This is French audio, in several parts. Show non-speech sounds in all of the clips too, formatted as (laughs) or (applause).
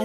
À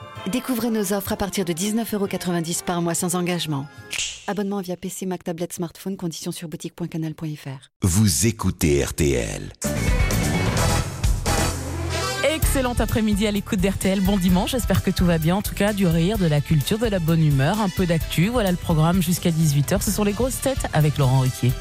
Découvrez nos offres à partir de 19,90€ par mois sans engagement. Abonnement via PC, Mac, tablette, smartphone, conditions sur boutique.canal.fr. Vous écoutez (laughs) RTL. Excellent après-midi à l'écoute d'RTL. Bon dimanche, j'espère que tout va bien. En tout cas, du rire, de la culture, de la bonne humeur, un peu d'actu. Voilà le programme jusqu'à 18h. Ce sont les grosses têtes avec Laurent Ruquier.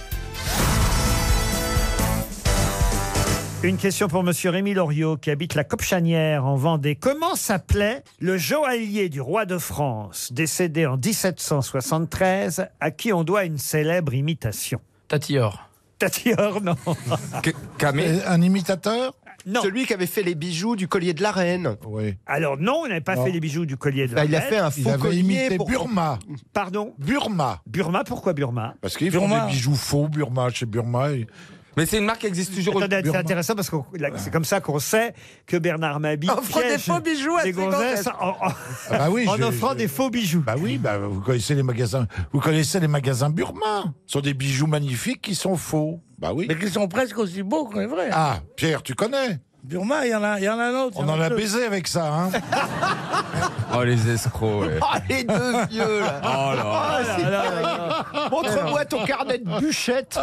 Une question pour Monsieur Rémi Loriot qui habite la Copchanière en Vendée. Comment s'appelait le joaillier du roi de France, décédé en 1773, à qui on doit une célèbre imitation Tatior. Tatior, non. Euh, Un imitateur Non. Celui qui avait fait les bijoux du collier de la reine. (laughs) Oui. Alors non, on n'avait pas Non. fait les bijoux du collier de la Bah, il a reine. fait un Il faux avait collier imité pour... Burma. Pardon Burma. Burma, pourquoi Burma Parce qu'ils font Burma. des bijoux faux, Burma, chez Burma. et- Mais c'est une marque qui existe toujours. aujourd'hui. Attendez, c'est Burma. intéressant parce que c'est comme ça qu'on sait que Bernard Mabie Offre des piège faux bijoux à des ses gonzesses gonzesses. Oh, en, en- Ah bah oui, en je- offrant je- des faux bijoux. Bah oui, bah vous connaissez les magasins. Vous connaissez les magasins Burma. Ce sont des bijoux magnifiques qui sont faux. Bah oui. Mais qui sont presque aussi beaux que les vrais. Ah, Pierre, tu connais. Burma, il y en a, il y en a un autre. il On y en a deux. baisé avec (laughs) ça, hein. Oh, les escrocs, ouais. Ah, les deux vieux, là. Oh là. Ah, c'est terrible. Montre-moi ton carnet de (laughs) bûchette.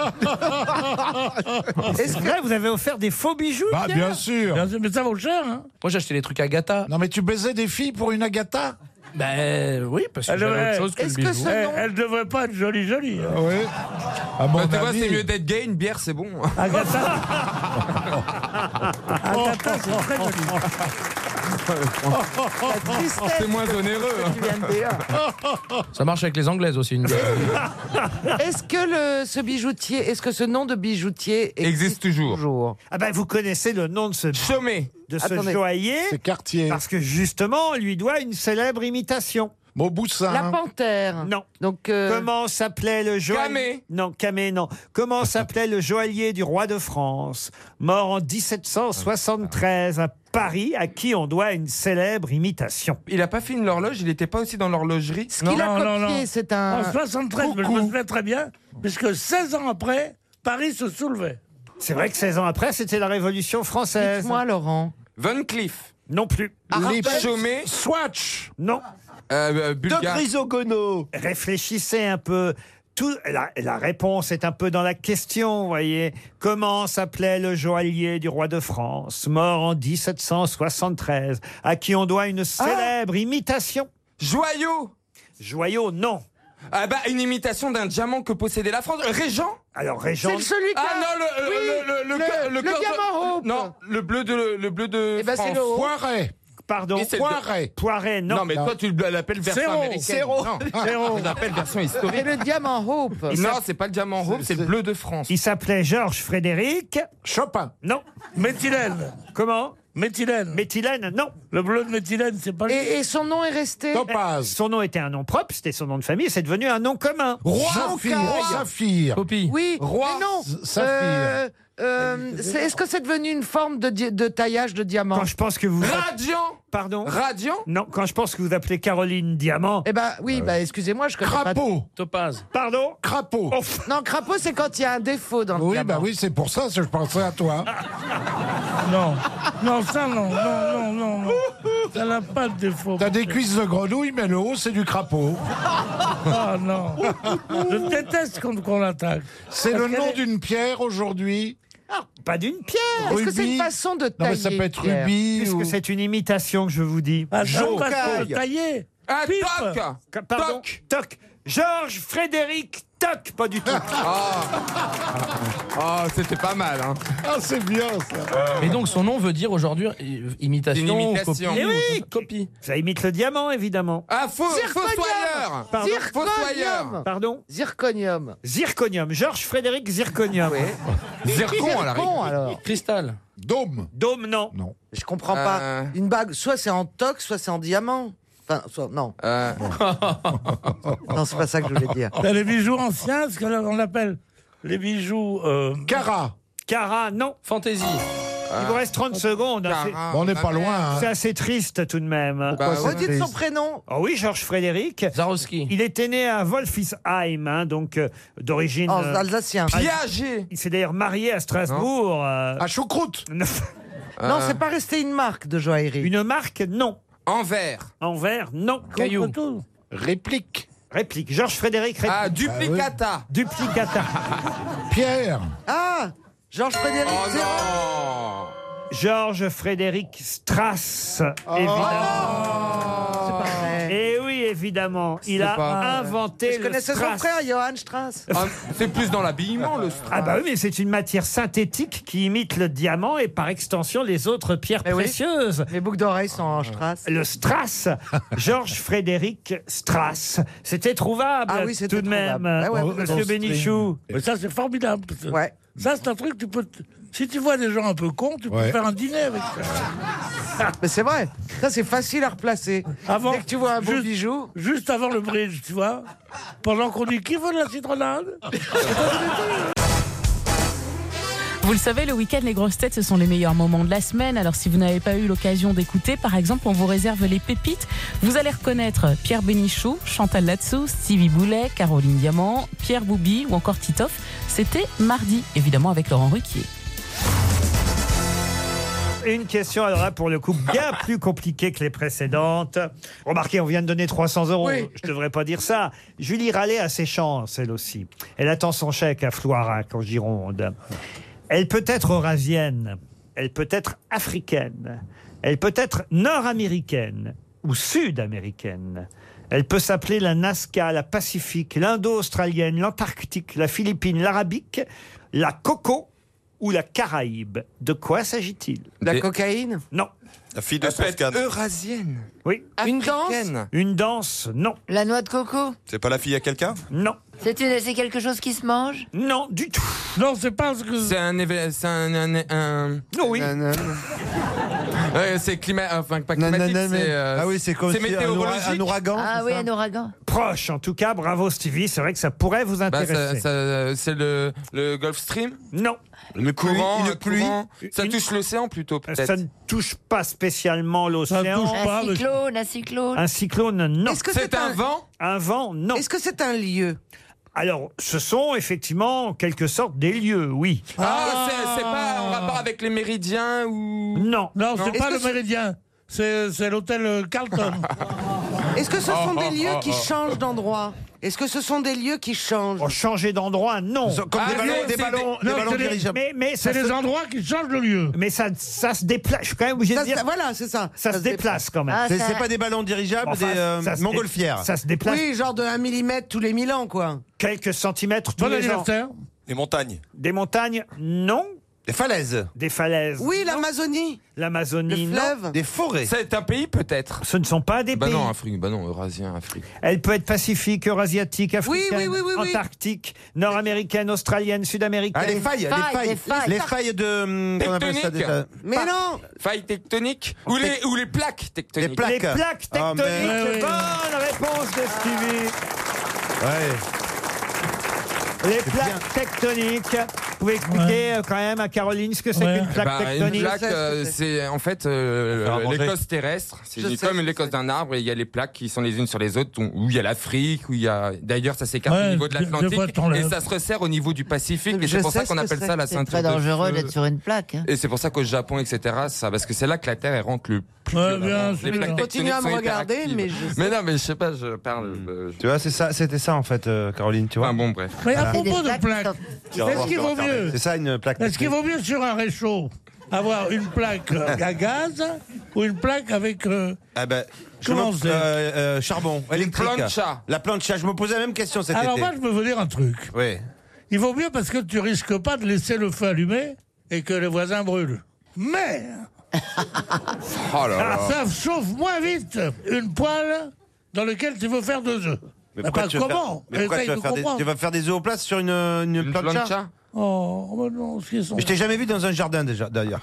Est-ce que là, vous avez offert des faux bijoux Bah Pierre bien sûr. Bien sûr, Mais ça vaut cher, hein Moi, j'achetais des trucs Agatha. Non mais tu baisais des filles pour une Agatha Ben oui, parce que Elle j'avais devrait- autre chose que le Est-ce que bijou. Eh, ça- Elle, devrait pas être jolie, jolie. hein. Oui. À mon Bah, tu vois, avis. c'est mieux d'être gay, une bière, c'est bon. (laughs) Agatha. Agatha, Ah, c'est très joli. (laughs) C'est moins onéreux. hein. (laughs) Ça marche avec les Anglaises aussi, une bière. Est-ce que le, ce bijoutier, est-ce que ce nom de bijoutier Existe toujours. Ah ben, vous connaissez le nom de ce, Chômé. de ce Attendez. joaillier C'est Cartier. parce que justement, on lui doit une célèbre imitation. Mauboussin. La panthère. Non. Donc, euh, Comment s'appelait le joaillier Camé. Non, Camé, non. (laughs) Comment s'appelait le joaillier du roi de France, mort en 1773 à Paris, à qui on doit une célèbre imitation Il a pas fini l'horloge, il était pas aussi dans l'horlogerie. ce qu'il a Non, non, copié, non. c'est un. En 73, mais je me souviens très bien, puisque 16 ans après, Paris se soulevait. C'est vrai que 16 ans après, c'était la Révolution française. Dites-moi, Laurent. Van Cleef. Non plus. Les Chômé. Swatch. Non. Euh, euh, De Bulgare. Grisogono. Réfléchissez un peu. Tout, la, la réponse est un peu dans la question, vous voyez. Comment s'appelait le joaillier du roi de France, mort en 1773, à qui on doit Ah. une célèbre imitation Joyau. Joyau, non. Ah bah, une imitation d'un diamant que possédait la France. Euh, Régent Alors, Régent, C'est celui qui Ah a- non, le, le, le, le, le- le cor- diamant Hope. Non, le bleu de, le bleu de Eh ben, c'est France. le Hope. Poiret. pardon. Et c'est- Poiret. Poiret, non. Non, mais toi, tu l'appelles version Zéro. américaine. Zéro. (laughs) Non, on l'appelle version historique. C'est le diamant Hope. Non, c'est pas le diamant rouge, c'est le bleu de France. Il s'appelait Georges Frédéric. Chopin. Non. Méthylène. Comment Méthylène. Méthylène, non. Le bleu de méthylène, c'est pas lui. Et, et son nom est resté. Topaz. Son nom était un nom propre, c'était son nom de famille, c'est devenu un nom commun. Roi Saphir. Saphir. Copie. Oui, Roi. mais non. S- saphir. Euh, euh, c'est- Est-ce que c'est devenu une forme de, di- de taillage de diamant Quand je pense que vous... Radiant. Pardon Radiant. Non, quand je pense que vous appelez Caroline Diamant. Eh ben oui, bah, excusez-moi, je connais Euh, Crapaud. Topaz. Pardon Crapaud. Oh, pas. Non, crapaud, c'est quand il y a un défaut dans le hein. Oui, diamant. bah oui, c'est pour ça que je pensais à toi. (laughs) Non. Non, ça, non, non, non, non. (laughs) non. Ça n'a pas de défaut. T'as des cuisses de grenouille, mais le haut, c'est du crapaud. Ah non. Je déteste qu'on qu'on l'attaque. C'est le nom d'une pierre aujourd'hui. Ah, pas d'une pierre Est-ce que c'est Rubis. une façon de Non, tailler mais ça peut être une pierre rubis. ou- Puisque c'est une imitation que je vous dis. Ah, ça, Jocaille. parce qu'on le taillait. Ah, Pif. toc. Ca- Pardon Toc. Toc Georges Frédéric Toc (laughs) Pas du tout. Oh, Ah. c'était pas mal, hein. Ah, c'est bien ça. Mais donc son nom veut dire aujourd'hui i- imitation, Une ou imitation. Euh, copie, Eh ou- oui. copie. Ça imite le diamant, évidemment. Ah, faux, Zirconium. fossoyeur. Pardon Zirconium. Pardon Zirconium. Zirconium. Georges Frédéric Zirconium. (laughs) Zircon, à la rigueur. Zircon, alors. Cristal. Dôme. Dôme, non. Je comprends Euh. pas. Une bague, soit c'est en toc, soit c'est en diamant. Enfin, soit, non, Euh, non c'est pas ça que je voulais dire. T'as les bijoux anciens, ce qu'on appelle les bijoux. euh, Cara. Cara, Ah. non. Fantaisie. Il vous reste Ah, 30 secondes. hein, c'est- Bon, on n'est pas loin. C'est hein. assez triste tout de même. Bah, ouais. Redites son prénom. Ah oui, Georges Frédéric. Zarowski. Il était né à Wolfisheim, hein, donc euh, d'origine. En euh, Oh, alsacien. Piaget. il s'est d'ailleurs marié à Strasbourg. euh, À (laughs) choucroute. Non, c'est pas resté une marque de joaillerie. une marque, non. Envers. Envers, non. Caillou. Réplique. Réplique. Georges Frédéric, réplique. Ah, duplicata. Duplicata. Pierre. Ah Georges Frédéric Oh Zéro. non Georges Frédéric Strass, Oh. évidemment. Ah. C'est pas vrai. Et oui, évidemment. Il a pas- inventé Je le connaissais son Strass. frère, Johann Strauss. Ah, C'est (laughs) plus dans l'habillement, le strass. Ah bah oui, mais c'est une matière synthétique qui imite le diamant et par extension les autres pierres Eh oui. précieuses. Mes boucles d'oreilles sont en Strass. (laughs) Le Strass, Georges Frédéric Strass. C'était trouvable Ah oui, c'était tout de même, trouvable. Ah ouais, monsieur dans le string. Bénichou. Mais ça, c'est formidable. parce que Ouais. Ça, c'est un truc, tu peux. t- Si tu vois des gens un peu cons, tu peux Ouais. faire un dîner avec ça. (laughs) Mais c'est vrai. Ça, c'est facile à replacer. Avant- Dès que tu vois un beau juste- bijou. Juste avant le bridge, tu vois. Pendant qu'on dit qui veut de la citronnade Vous le savez, le week-end, les grosses têtes, ce sont les meilleurs moments de la semaine. Alors, si vous n'avez pas eu l'occasion d'écouter, par exemple, on vous réserve les pépites. Vous allez reconnaître Pierre Bénichou, Chantal Latsou, Stevie Boulet, Caroline Diamant, Pierre Boubi ou encore Titoff. C'était mardi, évidemment, avec Laurent Ruquier. Une question, alors là, pour le coup, bien plus compliquée que les précédentes. Remarquez, on vient de donner 300 euros. Oui. Je devrais pas dire ça. Julie Rallet a ses chances, elle aussi. Elle attend son chèque à Floirac, en Gironde. Elle peut être eurasienne. Elle peut être africaine. Elle peut être nord-américaine ou sud-américaine. Elle peut s'appeler la Nazca, la Pacifique, l'Indo-Australienne, l'Antarctique, la Philippine, l'Arabique, la Coco ou la Caraïbe. De quoi s'agit-il De la cocaïne. non. La fille de Elle peut être Toscane. eurasienne. Oui. Une danse. Africaine. Une danse, non. La noix de coco C'est pas la fille à quelqu'un Non. C'est une- c'est quelque chose qui se mange Non, du tout. Non, c'est pas ce que. C'est un éve- c'est un, un- un- Non, oui. Ouais, c'est climat, enfin pas climatique, c'est euh, c'est météorologique. ouragan. Ah oui, un ouragan. Proche, en tout cas. Bravo, Stevie. C'est vrai que ça pourrait vous Bah, intéresser. ça- ça- c'est le, le Gulf Stream Non. Le courant, une euh, courant. Ça une- touche l'océan plutôt Ça peut-être. ne touche pas spécialement Ça l'océan. touche. Un parle- cyclone, un Ah, cyclone. Un cyclone, non. Est-ce que C'est un vent Un vent, non. Est-ce que c'est un lieu Alors, ce sont effectivement, en quelque sorte, des lieux, oui. Ah, c'est- c'est pas en rapport avec les méridiens ou Non. Non, Non. c'est Est-ce pas que le c'est- Méridien. C'est c'est l'hôtel euh, Carlton. (laughs) Est-ce que ce sont Oh, des oh, lieux oh, qui oh. changent d'endroit Est-ce que ce sont des lieux qui changent Oh, changer d'endroit, non. Comme Ah, des non, ballons, des c'est ballons, des- des non, ballons c'est des- dirigeables. Mais, mais ça, C'est se... des endroits qui changent de lieu. mais ça, ça se déplace. Je suis quand même obligé Ça, de dire. ça- Voilà, c'est ça. Ça se déplace quand même. Ah, ça- des euh, ballons dirigeables, Enfin, ça se dé- Ça se déplace euh, Oui, genre de 1 mm tous les 1000 ans, quoi. quelques centimètres tous Bon les ans. anniversaire. Des montagnes. Des montagnes, non. Des falaises. Des falaises, Oui, l'Amazonie, le l'Amazonie, non. fleuve. Des forêts. c'est un pays peut-être. Ce ne sont pas des Bah pays. non, Afrique, bah non, Eurasien, Afrique. Elle peut être pacifique, eurasiatique, africaine, oui, oui, oui, oui. antarctique, nord-américaine, australienne, Ah, sud-américaine. les failles, les failles, failles. des failles. Les failles de. hum, qu'on appelle ça Tectonique. déjà Mais non Faille tectonique ou les, ou les plaques tectoniques. Oh, Les plaques. Les plaques Ah, tectoniques. merde. Ouais, ouais. Bonne réponse de Stevie. Ouais. Les plaques tectoniques. Vous pouvez expliquer euh, quand même à Caroline ce que c'est Ouais. qu'une plaque Bah, une tectonique. plaque, Je sais, je euh, sais. c'est en fait Faire à euh, manger. l'écosse terrestre. C'est Je sais, comme je l'écosse sais. d'un arbre et il y a les plaques qui sont les unes sur les autres, où où il y a l'Afrique, où il y a. D'ailleurs, ça s'écarte Ouais, au niveau de des- des fois, l'Atlantique t'enlèves. et ça se resserre au niveau du Pacifique. Et Je c'est pour sais ça ce qu'on que appelle c'est. ça la C'est ceinture. très de dangereux feu. d'être sur une plaque. hein. Et c'est pour ça qu'au Japon, etc., ça, parce que c'est là que la Terre elle rentre le plus. Ouais, violemment. bien Les sûr. plaques tectoniques Continuez à me sont regarder, hyperactives. mais je sais. Mais non, mais je sais pas, je parle. euh, je- Tu vois, c'est ça, c'était ça en fait, euh, Caroline, tu vois. Ah. Enfin, bon, bref. Mais à oh, C'est des propos de plaques plaques, est-ce qu'il vaut mieux C'est ça une plaque. Est-ce qu'il vaut mieux sur un réchaud avoir une plaque euh, à gaz ou une plaque avec. euh, Ah ben, je Comment me- c'est euh, euh, charbon, électrique. plancha. La plancha. Je me posais la même question cet Alors été. moi, je Bah, peux vous dire un truc. Oui. Il vaut mieux parce que tu risques pas de laisser le feu allumé et que les voisins brûlent. Mais Ah Oh Ah, là là. ça chauffe moins vite une poêle dans laquelle tu veux faire deux œufs. Mais Bah, pourquoi pas tu vas faire- comment mais pourquoi Essaye tu vas de faire des, comprendre. tu vas faire des œufs au place sur une, une, Une plancha plancha Oh, oh, mais non, ce qu'ils sont. Je t'ai jamais vu dans un jardin déjà, (laughs) d'ailleurs.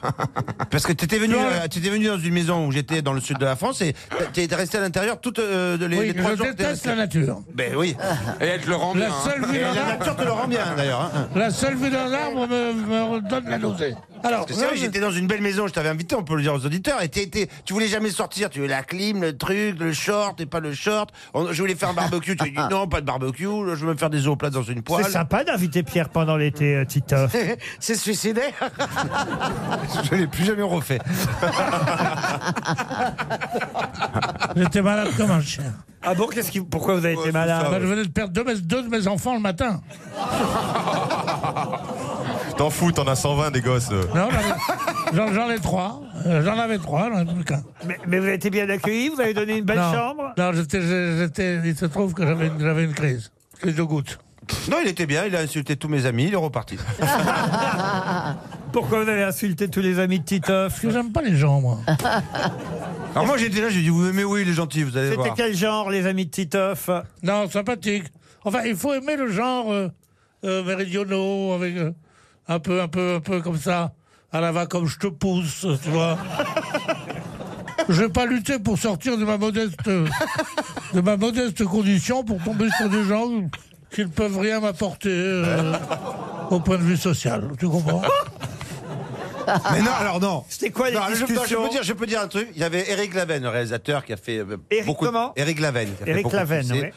Parce que t'étais venu, Ouais. euh, t'étais venu dans une maison où j'étais dans le sud de la France et t'es t'es resté à l'intérieur toutes euh, les, Oui, les je trois jours. que t'es déteste resté. la nature. Ben oui. Et elle te le rend hein. La seule vue Et d'un la arbre. nature te le rend bien d'ailleurs. hein. La seule vue d'un arbre me, me donne la nausée. Alors, Parce que c'est vrai, non, j'étais dans une belle maison, je t'avais invité, on peut le dire aux auditeurs, et t'es- t'es- tu voulais jamais sortir, tu veux la clim, le truc, le short, et pas le short. On- je voulais faire un barbecue, tu as dit non, pas de barbecue, je veux me faire des œufs plates dans une poêle. C'est sympa d'inviter Pierre pendant l'été, (laughs) euh, Titoff. C'est suicidaire. Je l'ai plus (laughs) jamais refait. J'étais malade comme un chien. Ah bon, qu'est-ce qui, pourquoi vous avez été malade Ben, je venais de perdre deux, mes- deux de mes enfants le (laughs) matin. T'en fous, t'en as 120 des gosses. euh. Non, j'en avais- j'en- j'en ai trois. Euh, J'en avais trois, j'en ai plus qu'un. mais, mais vous avez été bien accueilli, vous avez donné une belle non, chambre Non, j'étais, j'étais, il se trouve que j'avais, une- j'avais une crise. Crise de gouttes. Non, il était bien, il a insulté tous mes amis, il est reparti. (laughs) Pourquoi vous avez insulté tous les amis de Titoff Parce que j'aime pas les gens, moi. Alors moi j'étais là, j'ai dit, oui, mais oui, il est gentil, vous allez C'était voir. quel genre, les amis de Titoff Non, sympathique. Enfin, il faut aimer le genre euh, euh, méridionaux, avec euh, un peu, un peu, un peu comme ça, à la va comme je te pousse, tu vois. Je vais pas lutter pour sortir de ma modeste, de ma modeste condition pour tomber sur des gens qui ne peuvent rien m'apporter euh, au point de vue social. Tu comprends Mais non, alors non. C'était quoi les Non, je, non, je discussions peux dire, je peux dire un truc. Il y avait Eric Laven, le réalisateur, qui a fait euh, Eric beaucoup. de- comment Eric Laven. qui a fait Eric beaucoup de Laven, succès.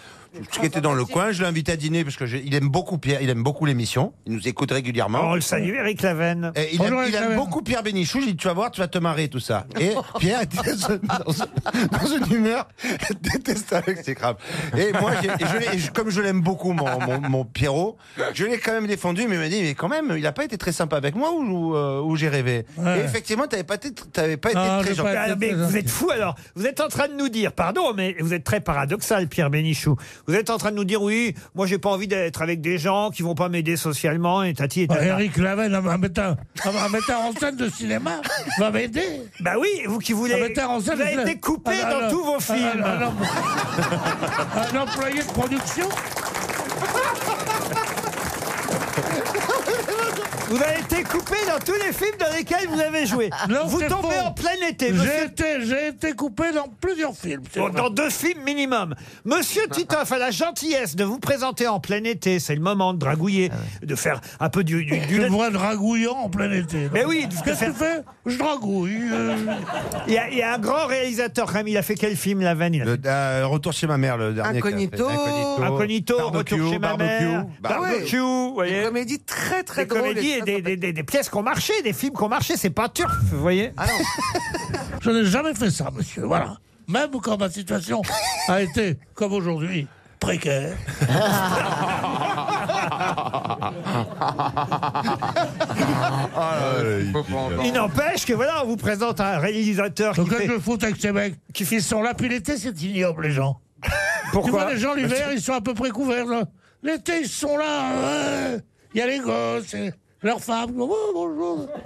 Qui était dans le coin, je l'ai invité à dîner parce que je- il aime beaucoup Pierre, il aime beaucoup l'émission, il nous écoute régulièrement. On Oh, le salue, Eric Oh, Laven. Et Eh, il Bonjour, aime, il Eric aime Laven. beaucoup Pierre Bénichou. J'ai dit, tu vas voir, tu vas te marrer, tout ça. (laughs) Et Pierre était dans, une- dans une humeur détestable, c'est grave. Et moi, j'ai- et je l'ai- et je- comme je l'aime beaucoup, mon, mon, mon Pierrot, je l'ai quand même défendu, mais il m'a dit, mais quand même, il n'a pas été très sympa avec moi ou, ou, euh, ou j'ai rêvé. Ouais. Et effectivement, tu n'avais pas été, t'avais pas été Ah, très j'ai gentil. pas Ah, été mais très vous gentil. êtes fou alors. Vous êtes en train de nous dire, pardon, mais vous êtes très paradoxal, Pierre Bénichou. Vous êtes en train de nous dire, oui, moi j'ai pas envie d'être avec des gens qui vont pas m'aider socialement et tati et Bah, tata. Eric Laven, un, un metteur, un- un metteur en scène de cinéma, va m'aider. Bah oui, vous qui Un voulez. metteur Ah, en Vous scène de avez cinéma. Ah, été coupé Un- dans un- tous vos un- films. Un, un- un employé de production Vous avez été coupé dans tous les films dans lesquels vous avez joué. Non, vous c'est tombez faux. en plein été, J'ai monsieur. été, j'ai été coupé dans plusieurs films. c'est Bon, vrai. dans deux films minimum. Monsieur Titoff a la gentillesse de vous présenter en plein été. C'est le moment de dragouiller, de faire un peu du. du, du- Tu me Ah vois dragouillant en plein été. Mais oui, de Qu'est-ce que faire- tu fais Je dragouille. euh. Il, y a, il y a un grand réalisateur, quand même. Il a fait quel film, la vanne Le- euh, retour chez ma mère, le dernier. qui a fait. Incognito. Incognito, Barbecue, Retour chez ma Barbecue. mère, Ah Bah Barbecue, vous voyez. Une comédie très très Des drôle. comédies et et très des, des- des- des pièces qui ont marché, des films qui ont marché, c'est pas turf, vous voyez Ah Je n'ai jamais fait ça, monsieur. Voilà. Même quand ma situation a été, comme aujourd'hui, précaire. Faut pas entendre. Il n'empêche que voilà, on vous présente un réalisateur qui Donc, qu'est-ce fait... que je fous avec ces mecs qui ils sont là, puis l'été, c'est ignoble, les gens. tu Pourquoi vois, les gens, l'hiver, ils sont à peu près couverts. là. L'été, ils sont là. euh, Il y a les gosses, et leurs femmes. Oh, bonjour. (laughs)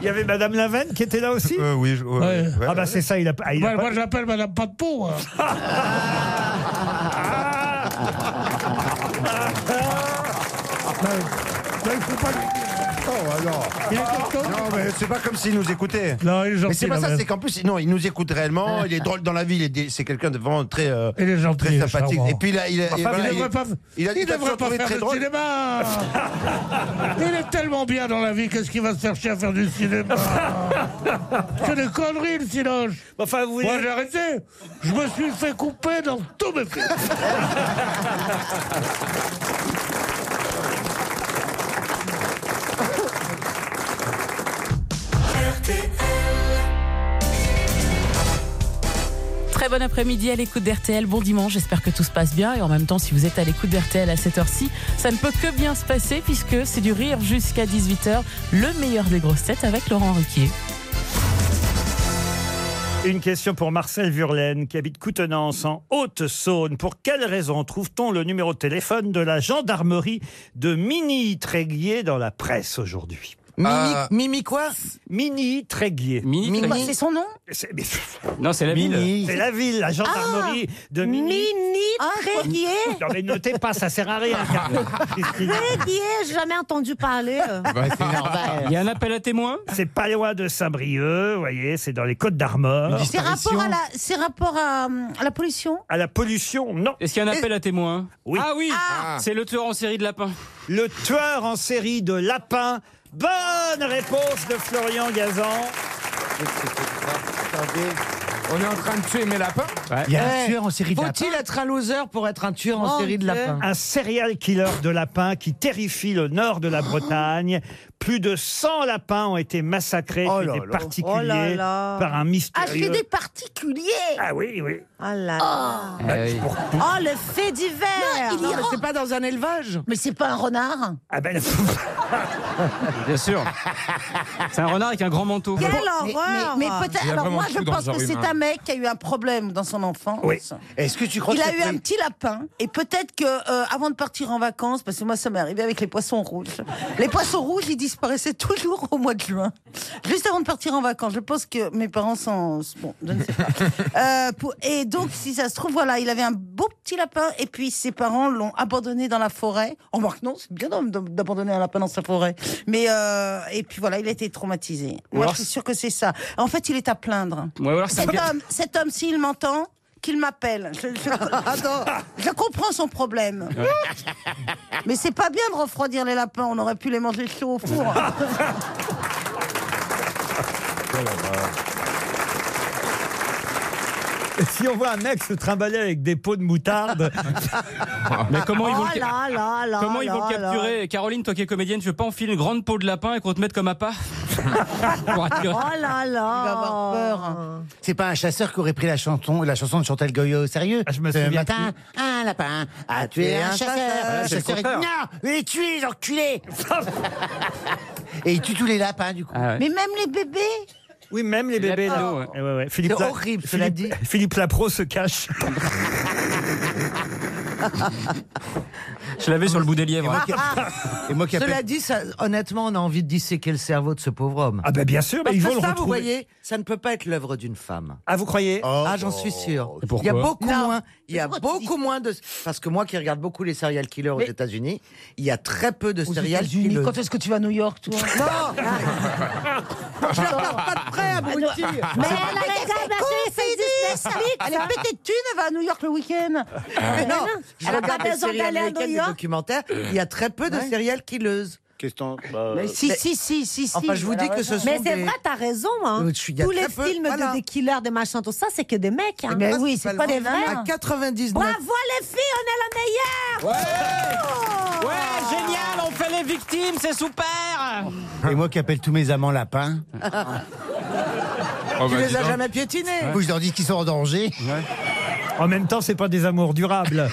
Il y avait Madame Laven qui était là aussi Euh, oui, je- ouais, Ouais. ouais. Ah bah c'est ça, il a, ah, il a Moi, pas- moi, je l'appelle Madame Pas de Peau. moi. Non, il faut pas lui- Il est content Non, mais c'est pas comme s'il nous écoutait. Non, il est gentil. Mais c'est pas la ça, mère. c'est qu'en plus, non, il nous écoute réellement, il est drôle dans la vie, il est dé- c'est quelqu'un de vraiment très, euh, Il est gentil, très sympathique. charmant. Et puis là, il, a- et Enfin, voilà, il devrait il- pas, il a dit il t'as devrait toujours pas trouvé faire très de drôle. cinéma. il est tellement bien dans la vie, qu'est-ce qu'il va se faire chier à faire du (laughs) cinéma C'est des conneries, le silence. Bah, Enfin, vous voulez... Moi, j'ai arrêté. Je me suis fait couper dans tous mes films. Très bon après-midi à l'écoute d'RTL, bon dimanche, j'espère que tout se passe bien. Et en même temps, si vous êtes à l'écoute d'RTL à cette heure-ci, ça ne peut que bien se passer puisque c'est du rire jusqu'à 18h, le meilleur des grosses têtes avec Laurent Ruquier. Une question pour Marcel Vurlaine qui habite Coutenance en Haute-Saône. Pour quelle raison trouve-t-on le numéro de téléphone de la gendarmerie de Mini Tréguier dans la presse aujourd'hui Mimi, Ah. Mimi quoi Mini Tréguier. Mini- Bah, c'est son nom C'est- mais- Non, c'est la ville. Mini. C'est la ville, la gendarmerie de Mini. Tréguier Non, mais notez pas, ça sert à rien. (laughs) Tréguier, j'ai jamais entendu parler. euh. Il y a un appel à témoins Ah. C'est pas loin de Saint-Brieuc, vous voyez, c'est dans les Côtes d'Armor. C'est rapport, à la, c'est rapport à, hum, à la pollution À la pollution, non. Est-ce qu'il y a un appel à témoins Oui. Ah oui Ah. C'est le tueur en série de lapins. Le tueur en série de lapins. Bonne réponse de Florian Gazan. On est en train de tuer mes lapins Il y a un tueur en série de Faut-il être un loser pour être un tueur en Mon série de Oh, Dieu. lapins Un serial killer de lapins qui terrifie le nord de Oh. la Bretagne. Plus de 100 lapins ont été massacrés Oh chez là des là. particuliers Oh là là. par un Ah, chez mystérieux. des particuliers Ah oui, oui. Oh là là. Eh Bah, c'est pour- (laughs) Oh, le fait divers Non, mais c'est pas dans un élevage. Mais c'est pas un renard Ah ben, (laughs) Bien sûr. C'est un renard avec un grand manteau. Quelle Mais- horreur mais- mais peut-être- Il y a Alors vraiment moi, je tout dans le pense genre que c'est humain. un mec qui a eu un problème dans son enfance. Est-ce que tu crois il que a c'est eu pour- un petit lapin et peut-être que euh, avant de partir en vacances, parce que moi ça m'est arrivé avec les poissons rouges. Les poissons rouges, ils disparaissaient (laughs) toujours au mois de juin, juste avant de partir en vacances. Je pense que mes parents sont bon, je ne sais pas. Euh, pour- Et donc si ça se trouve, voilà, il avait un beau petit lapin et puis ses parents l'ont abandonné dans la forêt. On remarque non, c'est bien d'ab- d'abandonner un lapin dans sa forêt. Mais euh, et puis voilà, il a été traumatisé. Ou Moi, alors- je suis sûre que c'est ça. En fait, il est à plaindre. Ouais, ou alors c'est un Cet gars- homme, cet homme, s'il m'entend, qu'il m'appelle. Je, je- (laughs) Attends, je comprends son problème. Mais (laughs) c'est pas bien de refroidir les lapins. On aurait pu les manger chauds au four. Si on voit un mec se trimballer avec des pots de moutarde. Mais comment ils vont, Oh le, là là là comment ils vont là le capturer Caroline, toi qui es comédienne, tu veux pas enfiler une grande peau de lapin et qu'on te mette (laughs) comme appât (laughs) Pour Oh attirer- là là Il va avoir peur. hein. C'est pas un chasseur qui aurait pris la chanson, la chanson de Chantal Goyot au sérieux. je me Ce Ah, souviens matin, un lapin a tué un chasseur. Ah, Le c'est le chasseur est- contraire. Non, les tuer, les (laughs) enculés. Et il tue tous les lapins du coup. Mais même les bébés Ah, Oui, même les bébés. lapins. là. Ah. Eh Ouais, ouais, ouais. Philippe C'est La- horrible, cela Philippe, Philippe Lapro se cache. Je l'avais sur le bout des lièvres. Et moi qui Ah, Cela appelle- dit, ça- honnêtement, on a envie de disséquer le cerveau de ce pauvre homme. Ah ben bien sûr, mais Parce ils que vont le ça, vous retrouver. voyez, ça ne peut pas être l'œuvre d'une femme. Ah, vous croyez Ah, j'en suis sûr. Et pourquoi Il y a beaucoup Non. moins. Il y a beaucoup moins de. Parce que moi, qui regarde beaucoup les serial killers aux Mais- États-Unis, il y a très peu de Aux serial États-Unis, killers. Quand est-ce que tu vas à New York, toi Non Je la regarde pas de près, Ah, abruti. Mais elle a raison, la chérie, Ah, bah, c'est hein. Disney, ça. Ah. Elle est pétée de thunes, elle va à New York le Ah, week-end. Mais non, Ah, elle je a pas regarde les besoin séries d'aller à New américaines, les York. documentaires. Il y a très peu de Ouais. serial killers. Question. bah, Mais si, si, si, si, si. Enfin, je vous Elle a dis que ce raison. sont Mais c'est des- vrai, t'as raison. hein. Euh, je suis- il y a Tous très les peu- films voilà. de des killers, des machins, tout ça, c'est que des mecs. hein. Mais Ah, oui, c'est pas des des vrais. nanas. À 99. Bravo les filles, on est la meilleure. Ouais, génial, on fait les victimes, c'est super Ah. Et moi qui appelle tous mes amants lapins. Ah, bah, tu les as jamais piétinés. Faut que Je leur dis qu'ils sont en danger. En même temps, c'est pas des amours durables.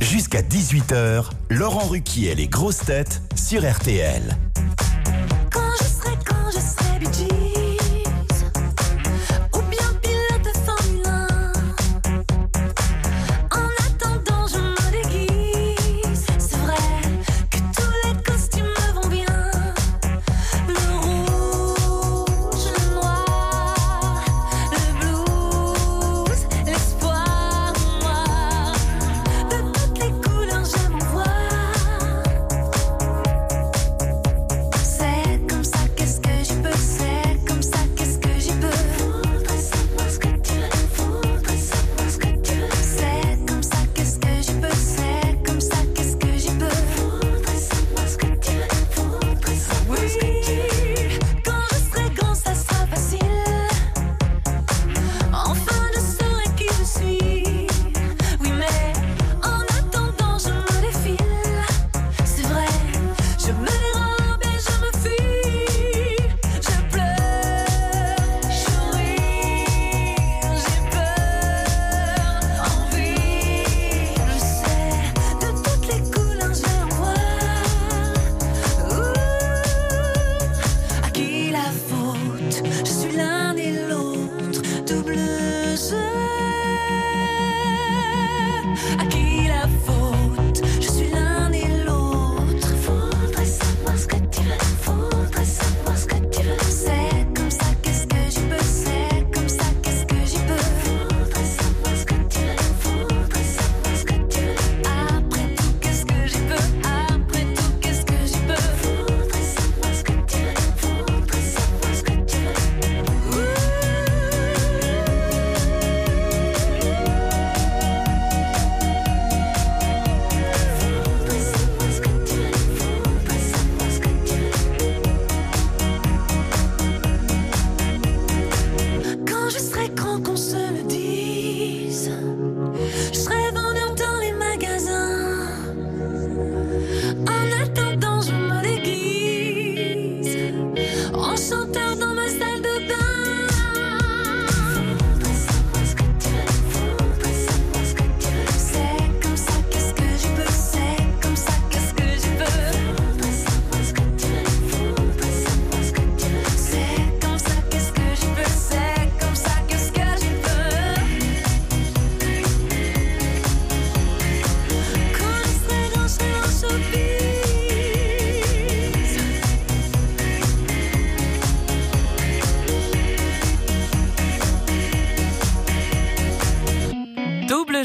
Jusqu'à 18h, Laurent Ruquier et les grosses têtes sur RTL. Quand je serai, quand je serai Bee Gees, ou bien pilote de Formule 1. En attendant, je me déguise. C'est vrai que tous les costumes me vont bien. Le rouge, le noir, le blues, l'espoir en moi. De toutes les couleurs, je m'en vois.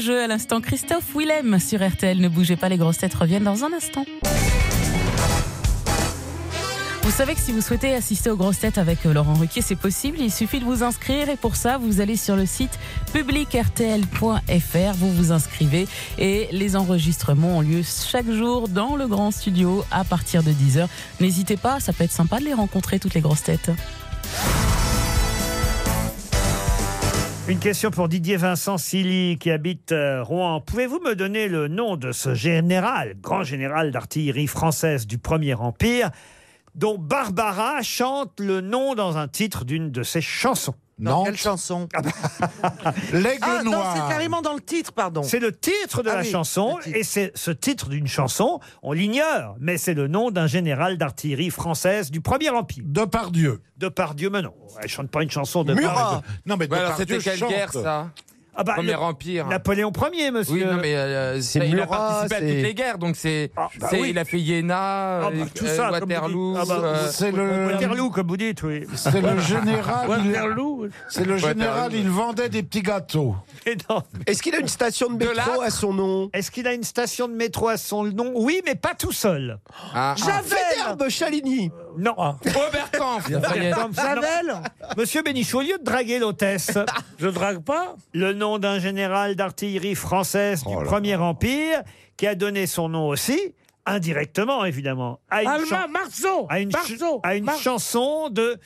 jeu à l'instant Christophe Willem sur RTL. Ne bougez pas, les grosses têtes reviennent dans un instant. Vous savez que si vous souhaitez assister aux grosses têtes avec euh, Laurent Ruquier, c'est possible. Il suffit de vous inscrire et pour ça, vous allez sur le site publicrtl.fr, vous vous inscrivez et les enregistrements ont lieu chaque jour dans le grand studio à partir de 10h. N'hésitez pas, ça peut être sympa de les rencontrer toutes les grosses têtes. Une question pour Didier Vincent Silly qui habite euh, Rouen. Pouvez-vous me donner le nom de ce général, grand général d'artillerie française du Premier Empire, dont Barbara chante le nom dans un titre d'une de ses chansons non. Quelle chanson L'aigle Ah, non, c'est carrément dans le titre, pardon. C'est le titre de Ah la oui, chanson le titre. et c'est ce titre d'une chanson, on l'ignore, mais c'est le nom d'un général d'artillerie française du Premier Empire. De Pardieu. De Pardieu, mais non, elle chante pas une chanson de Murat. Pardieu. Non, mais Ouais, alors c'était quelle guerre ça Ah bah, Premier le- Empire. Napoléon Ier, monsieur. Oui, non, mais euh, C'est ça, il a Murat, participé à c'est- toutes les guerres, donc c'est. bah c'est- oui. Il a fait Iéna, Ah bah, euh, tout ça, comme vous Waterloo. dites. Ah bah, euh, c'est le- Waterloo, comme vous dites, oui. C'est le général. Ah, il- Waterloo. C'est le général, il vendait des petits gâteaux. Est-ce qu'il a une station de métro à son nom Est-ce qu'il a une station de métro à son nom Oui, mais pas tout seul. Ah. Faidherbe, Chaligny. Non. Oberkampf. Comme ça, non. Monsieur Bénichou, au lieu de draguer l'hôtesse. (laughs) Je drague pas. Oh Le nom d'un général d'artillerie française du Premier Empire qui a donné son nom aussi, indirectement évidemment, à une, Alma chan- Marceau. à une, ch- Marceau. à une chanson de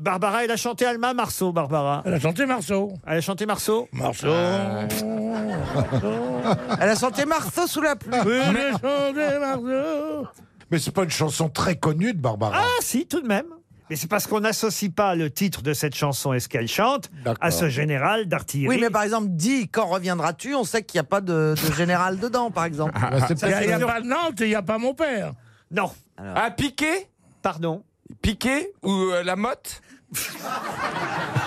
Barbara. Elle a chanté Alma Marceau, Barbara. Elle a chanté Marceau. Elle a chanté Marceau. Marceau. Elle a chanté Marceau sous la pluie. Mais c'est pas une chanson très connue de Barbara. Ah si, tout de même. Mais c'est parce qu'on n'associe pas le titre de cette chanson et ce qu'elle chante à ce général d'artillerie. Oui, mais par exemple, dis quand reviendras-tu On sait qu'il n'y a pas de, de général dedans, par exemple. Il n'y a, pas Nantes et il n'y a pas mon père. Non. Ah, Piqué Pardon Piqué ou euh, la motte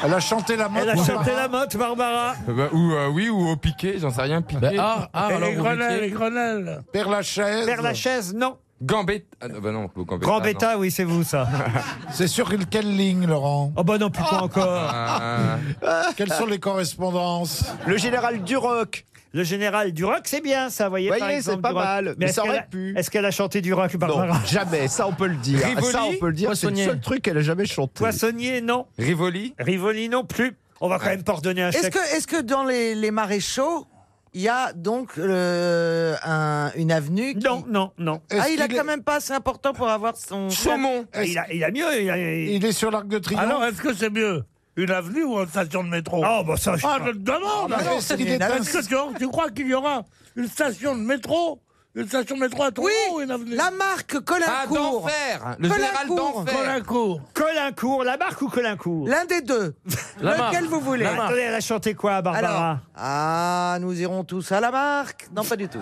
Elle a chanté la motte, Elle a Barbara. chanté la motte, Barbara. Euh, bah, ou, euh, oui, ou au piqué, j'en sais rien. Piqué. Ben, Bah, ah, ah, Et alors, les au grenelles, piqué. les grenelles. Père Lachaise. Père Lachaise, non. Gambetta. Ah, non, bah non, Gambetta. Grand non. bêta, oui, c'est vous, ça. (laughs) C'est sur quelle ligne, Laurent Oh bah non, plus pas encore. Ah. (laughs) Quelles sont les correspondances Le général Duroc. Le général Duroc, c'est bien ça, voyez. Voyez, par exemple, c'est pas Duroc. mal, mais est-ce ça qu'elle aurait a- Est-ce qu'elle a chanté Duroc, Barbara Non, jamais, ça on peut le dire. Ah, Rivoli, ça on peut le dire, c'est le Poissonnier. seul truc qu'elle a jamais chanté. Poissonnier, non. Rivoli Rivoli, non plus. On va quand même pas redonner un Est-ce chèque. que, est-ce que dans les, les maréchaux, il y a donc euh, un- une avenue qui... Non, non, non. Ah, il a quand même pas assez important pour avoir son... Ah, Eh, Il a, il a mieux. Il, a- Il est sur l'Arc de Triomphe. Alors, est-ce que c'est mieux une avenue ou une station de métro Ah, bah ça, je- Ah, je te Ah, demande bah alors. non, Est-ce c'est une avenue. que tu, tu crois qu'il y aura une station de métro Une station de métro à Toulon ou une avenue La marque Colincourt. d'enfer. Ah, Le général Colincourt. d'enfer. Colincourt. Colincourt, la marque ou Colincourt L'un (laughs) des deux. La Lequel marque. vous voulez La marque. Attendez, elle a chanté quoi, Barbara Alors, Ah, nous irons tous à la marque. Non, pas du tout.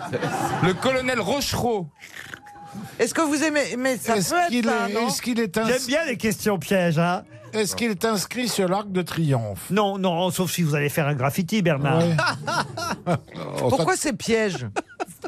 Le colonel Rochereau. Est-ce que vous aimez mais ça Est-ce peut être qu'il ça, est- non est-ce qu'il est ins- J'aime bien les questions pièges, hein. Est-ce qu'il est inscrit sur l'Arc de Triomphe Non, non, sauf si vous allez faire un graffiti, Bernard. Ouais. (laughs) Pourquoi c'est piège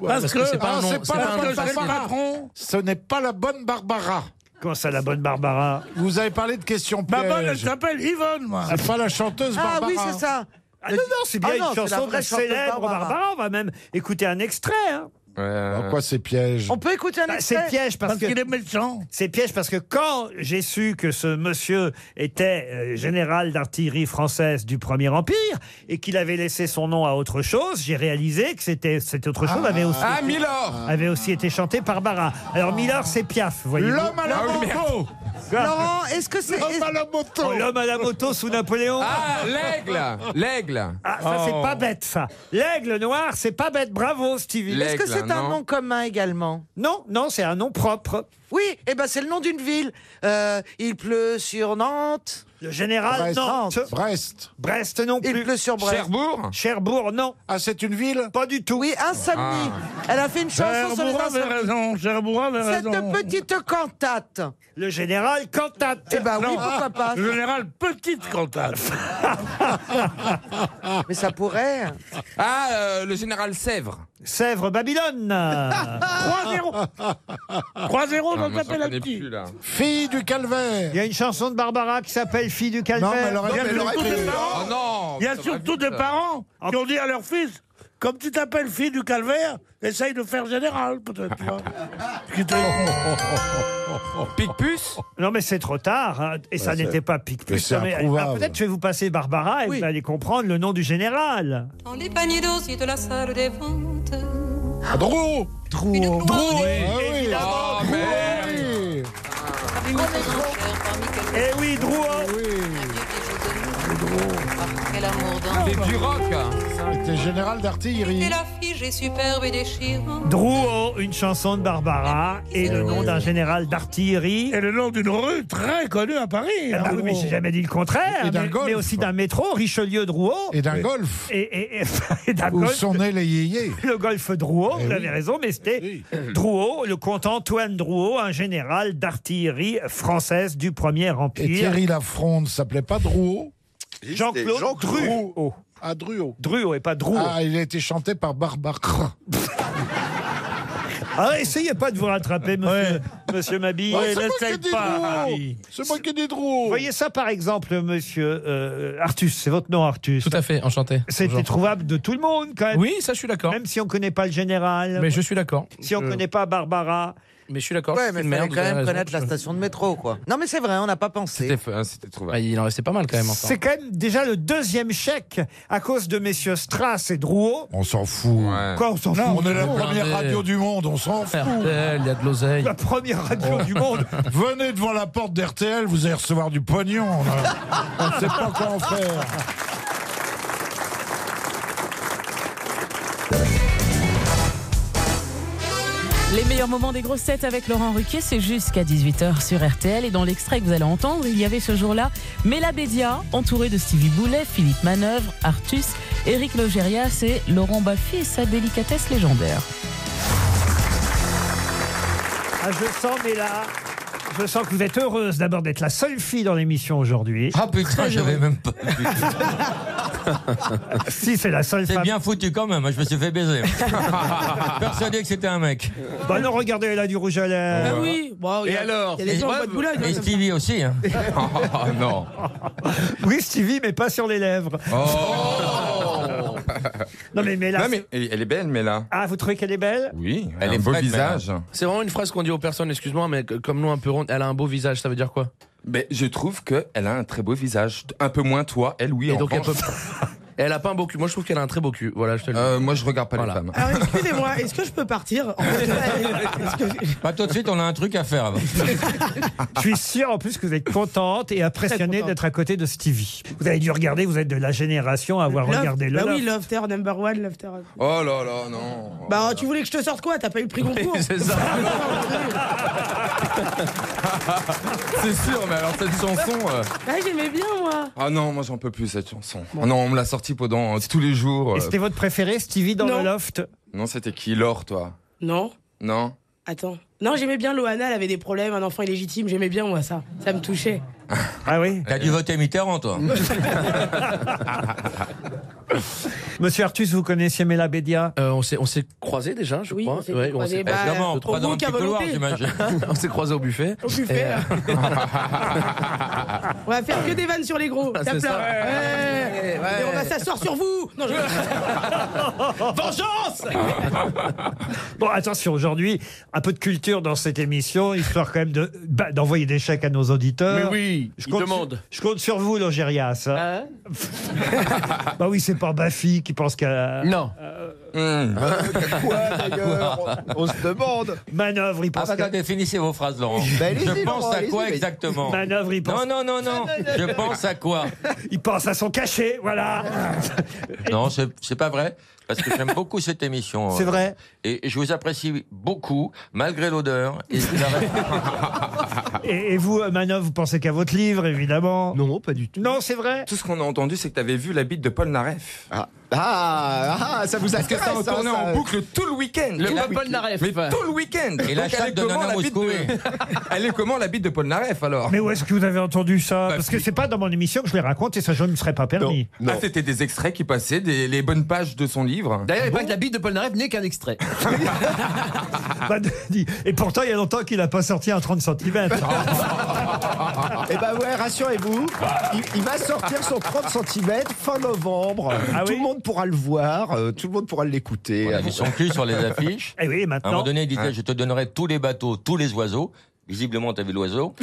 Parce que- Ah, Ah, c'est c'est pas pas un la bonne nom, c'est le Barbara. patron. Ce n'est pas la bonne Barbara. Comment ça, la bonne Barbara Vous avez parlé de questions Ma bonne, elle pièges. s'appelle Yvonne, moi. C'est pas la chanteuse Ah Barbara. oui, c'est ça. Ah non, non, c'est bien Ah non, une c'est la chanson vraie de chanteuse célèbre Barbara. Barbara. On va même écouter un extrait. hein. En quoi c'est piège On peut écouter un Bah, extrait c'est piège parce, que qu'il est méchant. c'est piège parce que quand j'ai su que ce monsieur était euh, général d'artillerie française du Premier Empire et qu'il avait laissé son nom à autre chose, j'ai réalisé que c'était cette autre chose avait aussi Ah, Milord avait aussi été chantée par Barbara. Alors Milord, c'est Piaf, voyez-vous. L'homme à la Ah oui, moto Laurent, est-ce que c'est... L'homme à la Oh, moto L'homme à la moto sous Napoléon. Ah, l'aigle L'aigle Ah, ça c'est Oh. pas bête ça. L'aigle noir, c'est pas bête. Bravo Stevie. L'aigle, Est-ce que c'est un non. nom commun également Non, non, c'est un nom propre. Oui, eh ben c'est le nom d'une ville. Euh, il pleut sur Nantes. Le général Brest. Nantes. Brest. Brest non Il plus. pleut sur Brest. Cherbourg Ah, Cherbourg, non. Ah, c'est une ville Pas du tout. Oui, insomnie. Elle a fait une chanson sur les Cherbourg avait insomnies. raison. Cherbourg avait Cette raison. petite cantate. Le général Cantate. Eh ben oui, pourquoi pas Le général Petite Cantate. Mais ça pourrait. Ah, euh, le général Sèvres. Sèvres, Babylone. 3-0. 3-0 dans ta pénalty. là. Fille du calvaire Il y a une chanson de Barbara qui s'appelle Fille du calvaire. Non, mais elle aurait- Il y a elle aurait surtout pu- des Oh parents, non il y a ça surtout va des vite, ça. parents qui ont dit à leur fils Comme tu t'appelles fille du calvaire, essaye de faire général, peut-être. tu vois. Qui te- Picpus Non, mais c'est trop tard. hein. Et ça Ouais, c'est- n'était pas Mais Picpus. c'est Non, mais- improuvable. Ah, Peut-être je vais vous passer Barbara et vous allez comprendre le nom du général. Dans les paniers d'osier de la salle des ventes. Drouot Drouot Drouet. Ah oui. Évidemment, Ah, Drouot. Eh oui, Drouot Eh Quel amour dans C'est du rock. hein. C'était général d'artillerie. Et la figée superbe et déchirante. Drouot, une chanson de Barbara et le nom d'un général d'artillerie. Et le nom d'une rue très connue à Paris. Ah bah oui, mais j'ai jamais dit le contraire. Et d'un mais, golf. mais aussi d'un métro, Richelieu-Drouot. Et d'un golf. Et, et- et- et d'un Où golf. sont nés les yéyés Le golfe Drouot, Eh vous oui. avez raison, mais c'était Drouot, le comte Antoine Drouot, un général d'artillerie française du Premier Empire. Et Thierry Lafronde s'appelait pas Drouot Jean-Claude Drouot. Ah, Druot. Druot Oh. et pas Drouot. Ah, il a été chanté par Barbara. (laughs) Ah, essayez pas de vous rattraper, monsieur, monsieur Mabille. Ah Ah, c'est moi qui ai dit Drouot. C'est moi qui ai dit Drouot. Vous voyez ça, par exemple, monsieur euh, Artus, c'est votre nom, Artus. Tout à fait, enchanté. C'était Bonjour. trouvable de tout le monde, quand même. Oui, ça, je suis d'accord. Même si on ne connaît pas le général. Mais je suis d'accord. Si on Je- ne connaît pas Barbara. Mais je suis d'accord. Ouais, c'est mais une il merde, fallait vous quand avez même raison. connaître la station de métro, quoi. Non, mais c'est vrai, on n'a pas pensé. hein, C'était Bah, Il en restait pas mal quand même. encore. C'est quand même déjà le deuxième chèque à cause de messieurs Strass et Drouot. On s'en fout. Quoi, on s'en fout Non, On est la première radio du monde, on s'en fout. RTL, il y a de l'oseille. La première radio Oh. du monde. Venez devant la porte d'RTL, vous allez recevoir du pognon. là. On ne sait pas quoi en faire. Les meilleurs moments des grosses têtes avec Laurent Ruquier, c'est jusqu'à 18h sur RTL. Et dans l'extrait que vous allez entendre, il y avait ce jour-là Mela Bédia, entourée de Stevie Boulet, Philippe Manœuvre, Artus, Éric Logérias et Laurent Baffy et sa délicatesse légendaire. Ah, je sens, mais là. Je sens que vous êtes heureuse d'abord d'être la seule fille dans l'émission aujourd'hui. Ah putain, j'avais même pas. vu. si, c'est la seule C'est bien foutu quand même, hein, je me suis fait (laughs) baiser. Persuadé que c'était un mec. Bah non, regardez, elle a du rouge à lèvres. Ah oui, bah il y a- Et alors il y a des Et- gens en bois de Boulogne, Et hein. Stevie aussi. (laughs) Hein. Oh non. Oui, Stevie, mais pas sur les lèvres. Oh. non mais Mela. Non, mais elle est belle, mais là. Ah, vous trouvez qu'elle est belle Oui, elle, Elle a est un beau fraîche, visage. mais- C'est vraiment une phrase qu'on dit aux personnes, excuse-moi, mais que- comme nous un peu ronde, elle a un beau visage, ça veut dire quoi Mais Ben, je trouve qu'elle a un très beau visage. Un peu moins toi, elle oui. Et en donc, elle revanche. (laughs) Euh, Elle a pas un beau cul. Moi, je trouve qu'elle a un très beau cul. Voilà, je te le dis. moi, je regarde pas les femmes. Ah Alors, Excusez-moi, est-ce que je peux partir En fait, Pas tout de suite, on a un truc à (laughs) faire. avant. (laughs) Je suis sûr en plus que vous êtes contente et impressionnée d'être à côté de Stevie. Vous avez dû regarder, vous êtes de la génération à avoir Love- regardé le. Bah oui, Love. Lofter, number one, Lofter. Oh là là, non. Bah, tu voulais que je te sorte quoi T'as pas eu le prix Goncourt c'est ça. (laughs) c'est sûr, mais alors cette chanson. euh, Ah, j'aimais bien, moi. Ah non, moi j'en peux plus cette chanson. Ah non, on me l'a sortie pendant euh, tous les jours. euh, Et c'était votre préféré, Stevie, dans Non. le loft Non, c'était qui Laure, toi (laughs) Non, Non attends. Non, j'aimais bien Loana, elle avait des problèmes, un enfant illégitime, j'aimais bien, moi, ça. Ça me touchait. Ah oui T'as dû voter Mitterrand, toi. Monsieur Artus, vous connaissiez Mela Bédia Euh, On s'est on s'est croisés déjà, je crois. s'est Ouais, croisés, s'est- bah, Évidemment, pas au dans un bouc à petit couloir, volonté. j'imagine. on s'est croisés au buffet. Au buffet, Et, euh, On va faire que des vannes sur les gros. Ah, T'as c'est plein. ça. Ouais. Ouais, ouais. Et on va s'asseoir sur vous. Non, (laughs) je... Vengeance Bon, attention, aujourd'hui, un peu de culture dans cette émission, histoire quand même de- bah, d'envoyer des chèques à nos auditeurs. Mais oui, je ils compte demandent. sur- je compte sur vous, Logérias. hein. (laughs) bah oui, c'est pas Bafi qui pense qu'à. euh, Ah, Non. Mmh. Quoi d'ailleurs On se demande. Manœuvre, il Ah, pense. bah, qu'à- attends, définissez vos phrases, Laurent. Bah, allez-y, je pense Laurent, à quoi allez-y, Bah, exactement Manœuvre, Bah, il pense- Non, non, non, non. Je pense à quoi (laughs) Il pense à son cachet, voilà. Non, c'est c'est pas vrai. Parce que j'aime beaucoup cette émission. euh, C'est vrai. Et je vous apprécie beaucoup, malgré l'odeur. Et je vous arrête- Et, et vous, euh, Manœuvre, vous pensez qu'à votre livre, évidemment Non, pas du tout. Non, c'est vrai. Tout ce qu'on a entendu, c'est que t'avais vu la bite de Paul Naref. Ah, ah, ah, ça vous Parce que ça intéresse, hein, retournait ça. en boucle tout le week-end. Le Tout Paul week-end. Naref. Mais tout le week-end. Et la Donc, chatte elle est de comment Nana la bite Moscou, de- (laughs) Elle est comment la bite de Paul Naref alors Oh. Mais où est-ce que vous avez entendu ça Bah, Parce que c'est pas dans mon émission que je les raconte et ça, je ne me serais pas permis. Ah, c'était des extraits qui passaient, des, les bonnes pages de son livre. D'ailleurs, il paraît que la bite de Paul Naref n'est qu'un (laughs) extrait. (laughs) Ah. Bah, dis- Et pourtant, il y a longtemps qu'il n'a pas sorti un 30 cm. Eh ben ouais, rassurez-vous, il, il va sortir son 30 cm fin novembre. Ah tout oui le monde pourra le voir, euh, tout le monde pourra l'écouter. On a vu son cul (laughs) sur les (laughs) affiches. Et oui, À maintenant. un moment donné, il disait Je te donnerai tous les bateaux, tous les oiseaux. Visiblement, t'as vu l'oiseau.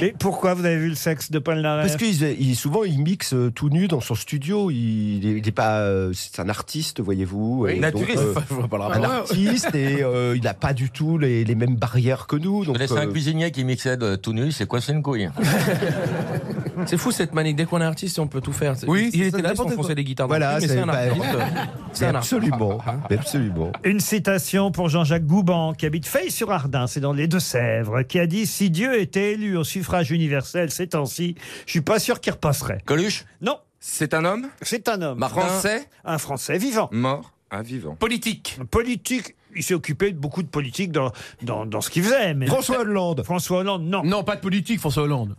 Et pourquoi vous avez vu le sexe de Paul Naref Parce qu'il il- souvent il mixe euh, tout nu dans son studio. Il, il est- il est pas, euh, c'est un artiste, voyez-vous. Oui, Et naturiste. euh, Je vois pas le un rapport. artiste et euh, il n'a pas du tout les, les mêmes barrières que nous. Je Donc, laissais un euh, cuisinier qui mixait de tout nu, c'est quoi, c'est une couille C'est fou cette manique. Dès qu'on est artiste, on peut tout faire. Oui, il c'est était là pour n'importe enfoncer quoi. les guitares. dans Voilà, le cul, mais c'est un bah, artiste. C'est un artiste. Ah, absolument, (laughs) absolument. Une citation pour Jean-Jacques Gouban, qui habite Fay-sur-Ardin, c'est dans les Deux-Sèvres, qui a dit Si Dieu était élu au suffrage universel ces temps-ci, je suis pas sûr qu'il repasserait. Coluche Non. C'est un homme C'est un homme. Martin Français Un Français vivant. Mort Un vivant. Politique Politique. Il s'est occupé de beaucoup de politique dans, dans, dans ce qu'il faisait. Mais... François Hollande. François Hollande, non. Non, pas de politique, François Hollande.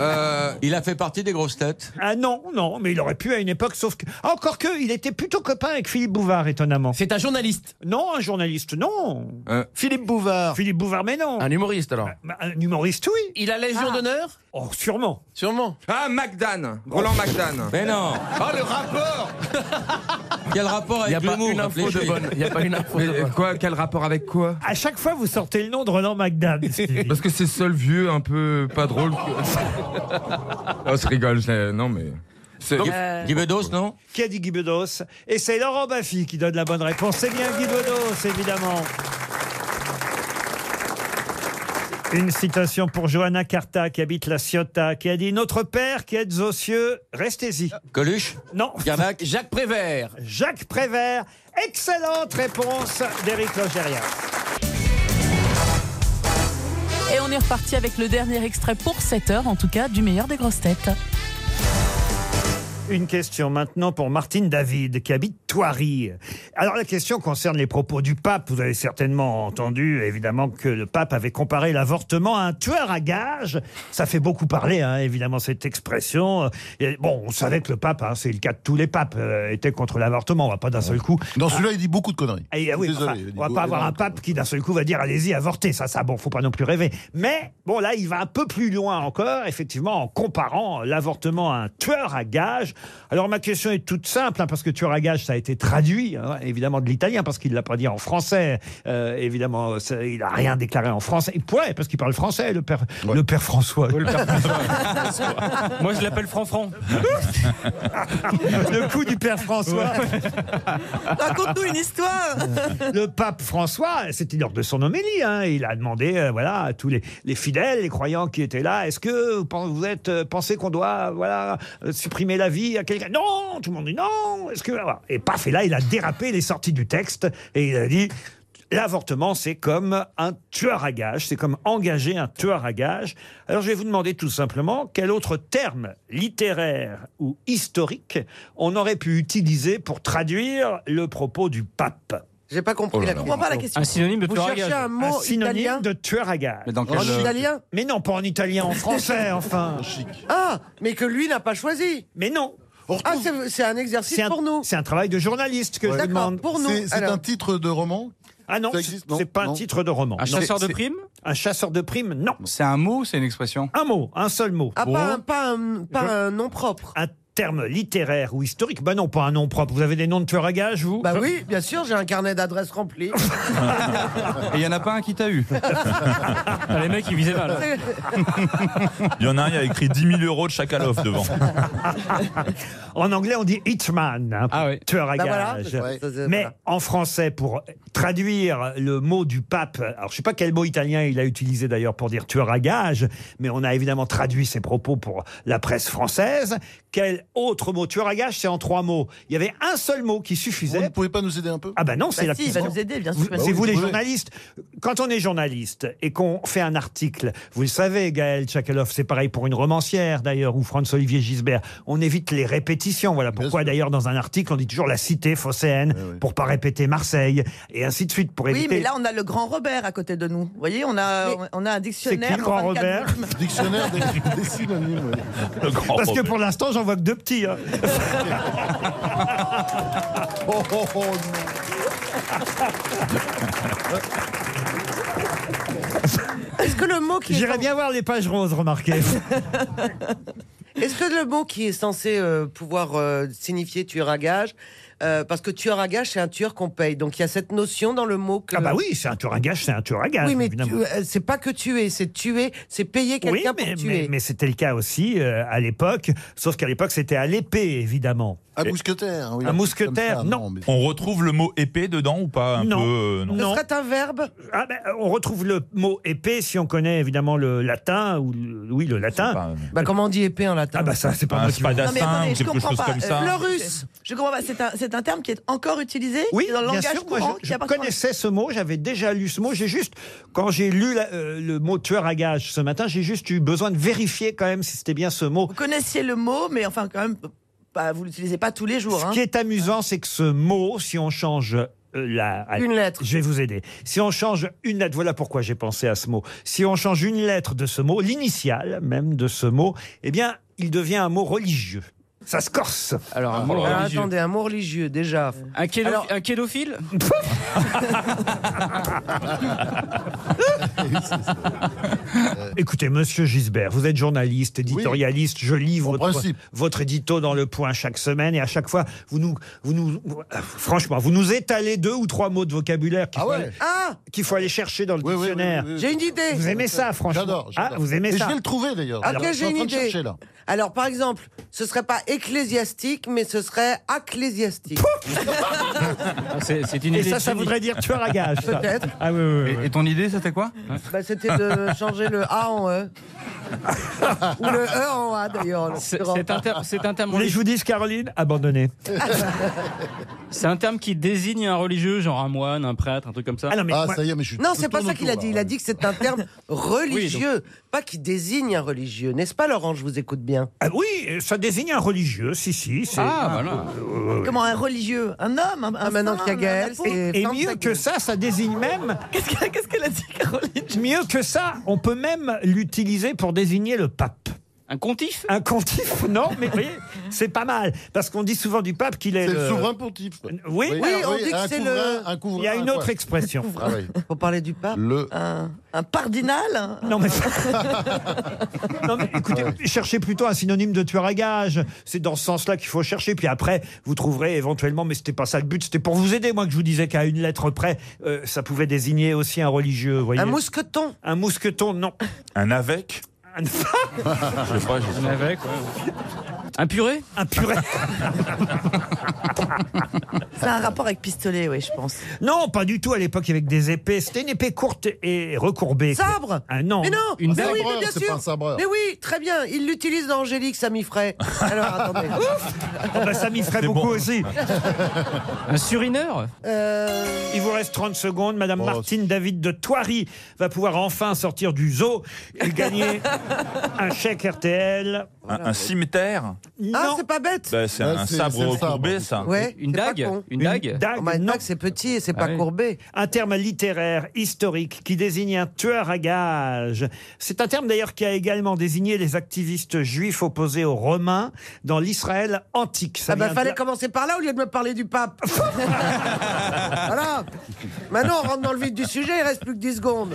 Euh, Il a fait partie des grosses têtes. Ah non, non, mais il aurait pu à une époque, sauf que. Ah, Encore que, il était plutôt copain avec Philippe Bouvard, étonnamment. C'est un journaliste Non, un journaliste, non. Euh. Philippe Bouvard. Philippe Bouvard, mais non. Un humoriste alors. Bah, Un humoriste, oui. Il a la Légion d'honneur Oh, sûrement. Sûrement. Ah, Magdan Roland Magdan Mais non Ah, le rapport (laughs) Quel rapport Il avec n'y a pas l'humour une info de réfléchis. bonne. Il n'y a pas une info de (laughs) bonne. Quoi Quel rapport avec quoi À chaque fois, vous sortez le nom de Roland (laughs) McDan. Stevie. Parce que c'est le seul vieux un peu pas drôle. Ah, que- non, je rigole, je- non mais. C'est- Donc, euh, Guy Bedos, non Qui a dit Guy Bedos Et c'est Laurent Baffy qui donne la bonne réponse. C'est bien Guy Bedos, évidemment. Une citation pour Johanna Carta, qui habite la Ciotat, qui a dit Notre Père qui êtes aux cieux, restez-y. Coluche Non. Garnac Jacques Prévert. Jacques Prévert. Excellente réponse d'Éric Logérias. Et on est reparti avec le dernier extrait pour 7 heures, en tout cas, du meilleur des grosses têtes. Une question maintenant pour Martine David, qui habite Thoiry. Alors la question concerne les propos du pape. Vous avez certainement entendu, évidemment, que le pape avait comparé l'avortement à un tueur à gages. Ça fait beaucoup parler, hein, évidemment, cette expression. Et bon, on savait que le pape, hein, c'est le cas de tous les papes, euh, était contre l'avortement. On va pas d'un seul coup... Dans celui-là, il dit beaucoup de conneries. Et, euh, oui, Désolé, enfin, il dit on va beau- pas avoir un énorme. pape qui d'un seul coup va dire allez-y avortez ça ça bon faut pas non plus rêver. Mais bon là il va un peu plus loin encore effectivement en comparant l'avortement à un tueur à gages. Alors ma question est toute simple hein, parce que tueur à gages ça a été traduit hein, évidemment de l'italien parce qu'il l'a pas dit en français Euh, évidemment ça- il a rien déclaré en français. Il pourrait parce qu'il parle français le père le père François. (laughs) Moi, je l'appelle Franfran. le coup du père François. Raconte-nous une histoire. (laughs) le pape François, c'était lors de son homélie, hein, il a demandé euh, voilà, à tous les, les fidèles, les croyants qui étaient là, est-ce que vous pen- vous êtes, euh, pensez qu'on doit euh, voilà, euh, supprimer la vie à quelqu'un Non Tout le monde dit non est-ce que... voilà. Et paf, et là, il a dérapé, il est sorti du texte, et il a dit... L'avortement, c'est comme un tueur à gage, c'est comme engager un tueur à gage. Alors je vais vous demander tout simplement quel autre terme littéraire ou historique on aurait pu utiliser pour traduire le propos du pape. J'ai pas compris. Oh là la là. comprends pas la question. Un synonyme de Vous tueur à cherchez gages. un mot Un synonyme italien de tueur à gage. Mais dans quel- En italien Mais non, pas en italien, en (laughs) français, enfin. Ah, mais que lui n'a pas choisi. Mais non. Ah, c'est- c'est un exercice un, pour nous. C'est un travail de journaliste que je Ouais. vous D'accord, demande. pour nous, C'est- c'est alors. un titre de roman Ah non, Ça c'est existe, non, c'est pas un non. titre de roman. Un Non. chasseur de C'est- primes Un chasseur de primes, non. C'est un mot, c'est une expression Un mot, un seul mot. Ah, pas un, pas un, pas un nom propre. Un terme littéraire ou historique Bah non, pas un nom propre. Vous avez des noms de tueurs à gages, vous Bah oui, bien sûr, j'ai un carnet (laughs) d'adresses rempli. Et il n'y en a pas un qui t'a eu. Ah, les mecs, ils visaient (laughs) mal. Il y en a un, il y a écrit 10 000 euros de Chakalov devant. En anglais, on dit hitman, hein, tueur à Bah voilà, gages. ouais, ça, c'est- Mais voilà. en français, pour traduire le mot du pape, alors je sais pas quel mot italien il a utilisé d'ailleurs pour dire tueur à gages, mais on a évidemment traduit ses propos pour la presse française. Quel autre mot Tueur à gages, c'est en trois mots. Il y avait un seul mot qui suffisait. Vous ne pouvez pas nous aider un peu Ah ben non, c'est Bah la si, il va nous aider, bien sûr. Vous- C'est vous les journalistes. Quand on est journaliste et qu'on fait un article, vous le savez, Gaël Tchakaloff, c'est pareil pour une romancière d'ailleurs, ou Franz-Olivier Gisbert, on évite les répétitions. Voilà pourquoi d'ailleurs dans un article, on dit toujours la cité Eh phocéenne pour pas répéter Marseille, et ainsi de suite pour éviter. Oui, mais là, on a le grand Robert à côté de nous. Vous voyez, on a, on a un dictionnaire. qui, le grand en 24 Robert volumes. (laughs) Dictionnaire (laughs) des, des synonymes. ouais. (laughs) Parce que pour l'instant, j'en vois que deux petits. hein. (laughs) Oh, oh, oh, Est-ce que le mot qui est J'irais bien voir les pages roses, remarquez. Est-ce que le mot qui est censé euh, pouvoir euh, signifier tueur à gage, euh, parce que tueur à gage, c'est un tueur qu'on paye. Donc il y a cette notion dans le mot que. ah bah oui, c'est un tour à gage, c'est un tour à gage. Euh, Oui, mais évidemment. tu- euh, c'est pas que tuer, c'est tuer, c'est payer Oui, quelqu'un mais, pour mais- tuer. mais c'était le cas aussi euh, à l'époque, sauf qu'à l'époque c'était à l'épée, évidemment. Un mousquetaire, Un mousquetaire, non. On retrouve le mot épée dedans ou pas un Non. peu euh, Ce Non. serait un verbe Ah ben, on retrouve le mot épée si on connaît évidemment le latin ou le- oui le latin. Bah comment on dit épée en latin Ah bah ça c'est pas Un moi qui vous- spadassin Non, mais attendez, ou quelque chose comme ça. Euh, Le russe. Je comprends pas. C'est un, c'est un terme qui est encore utilisé Oui, qui est dans le bien langage sûr, moi, courant. je- qui je, appartient- connaissais ce mot, j'avais déjà lu ce mot. J'ai juste, quand j'ai lu la- euh, le mot tueur à gage ce matin, j'ai juste eu besoin de vérifier quand même si c'était bien ce mot. Vous connaissiez le mot, mais enfin, quand même, pas, vous l'utilisez pas tous les jours. Ce hein. qui est amusant, c'est que ce mot, si on change euh, la, allez, Une lettre. je vais vous aider. Si on change une lettre, voilà pourquoi j'ai pensé à ce mot. Si on change une lettre de ce mot, l'initiale même de ce mot, eh bien, il devient un mot religieux. Ça se corse. Alors, un Alors, Euh, Ah, attendez, un mot religieux déjà. Euh, Un, kédophile Alors- un kédophile Écoutez, monsieur Gisbert, vous êtes journaliste, éditorialiste, je lis votre, principe. votre édito dans le point chaque semaine et à chaque fois, vous nous, vous nous, euh, franchement, vous nous étalez deux ou trois mots de vocabulaire qu'il Ah faut, ouais. aller- (laughs) Ah qu'il faut aller chercher dans le dictionnaire. J'ai une idée. Vous aimez ça, franchement J'adore, Ah, j'adore. vous aimez Et ça je vais le trouver, d'ailleurs. Ah, Alors, que je suis j'ai en une train de idée. chercher, là. Alors, par exemple, ce serait pas ecclésiastique, mais ce serait (laughs) ecclésiastique. C'est c'est une Et idée ça, de ça génie. voudrait dire tueur à gages, ça. Peut-être. Ah, oui, oui, oui. Et, et ton idée, c'était quoi Hein Bah, C'était de changer le A en E. Ou le E en A, d'ailleurs. en l'occurrence. C'est un terme Les je vous dis, Caroline, abandonnez. C'est un terme qui désigne un religieux, genre un moine, un prêtre, un truc comme ça. Ah non, mais Ah, moi- ça y est, mais Non, c'est pas ça qu'il a dit. Il a dit que c'est (laughs) un terme religieux, pas qui désigne un religieux. N'est-ce pas, Laurent Je vous écoute bien. Ah oui, ça désigne un religieux, si, si. c'est- Ah, voilà. Euh, euh, Comment un religieux Un homme Un, Ah, maintenant qu'il y a Gaël, c'est. Et mieux que ça, ça désigne même. Qu'est-ce qu'elle a dit, Caroline Mieux que ça, on peut même l'utiliser pour désigner le pape. Un pontife Un pontife, non, mais vous voyez, c'est pas mal. Parce qu'on dit souvent du pape qu'il est. C'est le souverain pontife. Oui, Oui, alors, oui, un couvain, un couvain, Il y a une un autre quoi. expression. Ah oui. Pour parler du pape Le. Un hein. pardinal Non, mais. Non, mais écoutez, cherchez plutôt un synonyme de tueur à gage. C'est dans ce sens-là qu'il faut chercher. Puis après, vous trouverez éventuellement, mais c'était pas ça le but, c'était pour vous aider. Moi, que je vous disais qu'à une lettre près, euh, ça pouvait désigner aussi un religieux. vous voyez. Un mousqueton Un mousqueton, non. Un avec Un... (laughs) Je sais pas, je sais Un avec, Un purée Un purée C'est un rapport avec pistolet, oui, je pense. Non, pas du tout. À l'époque, avec des épées. C'était une épée courte et recourbée. Sabre Ah non. (laughs) Mais non Une mais dague. oui, mais bien sûr. Mais oui, très bien. Il l'utilise dans Angélique, Samy Frey. Alors, attendez. (laughs) Ouf Oh, bah, ça m'y ferait beaucoup aussi. Un surineur Euh, Il vous reste 30 secondes. Madame Oh. Martine David de Toiry va pouvoir enfin sortir du zoo et (laughs) gagner un chèque RTL. Un, un cimetière Ah, c'est pas bête Bah, C'est un sabre recourbé, ça. Ouais, c'est pas con. Une dague Oh, bah, une dague, c'est petit et c'est pas courbé. Ah Un terme littéraire, historique, qui désigne un tueur à gages. C'est un terme d'ailleurs qui a également désigné les activistes juifs opposés aux Romains dans l'Israël antique. Ça Ah bah vient de fallait là- commencer par là au lieu de me parler du pape. (laughs) voilà. Maintenant on rentre dans le vif du sujet, il reste plus que 10 secondes.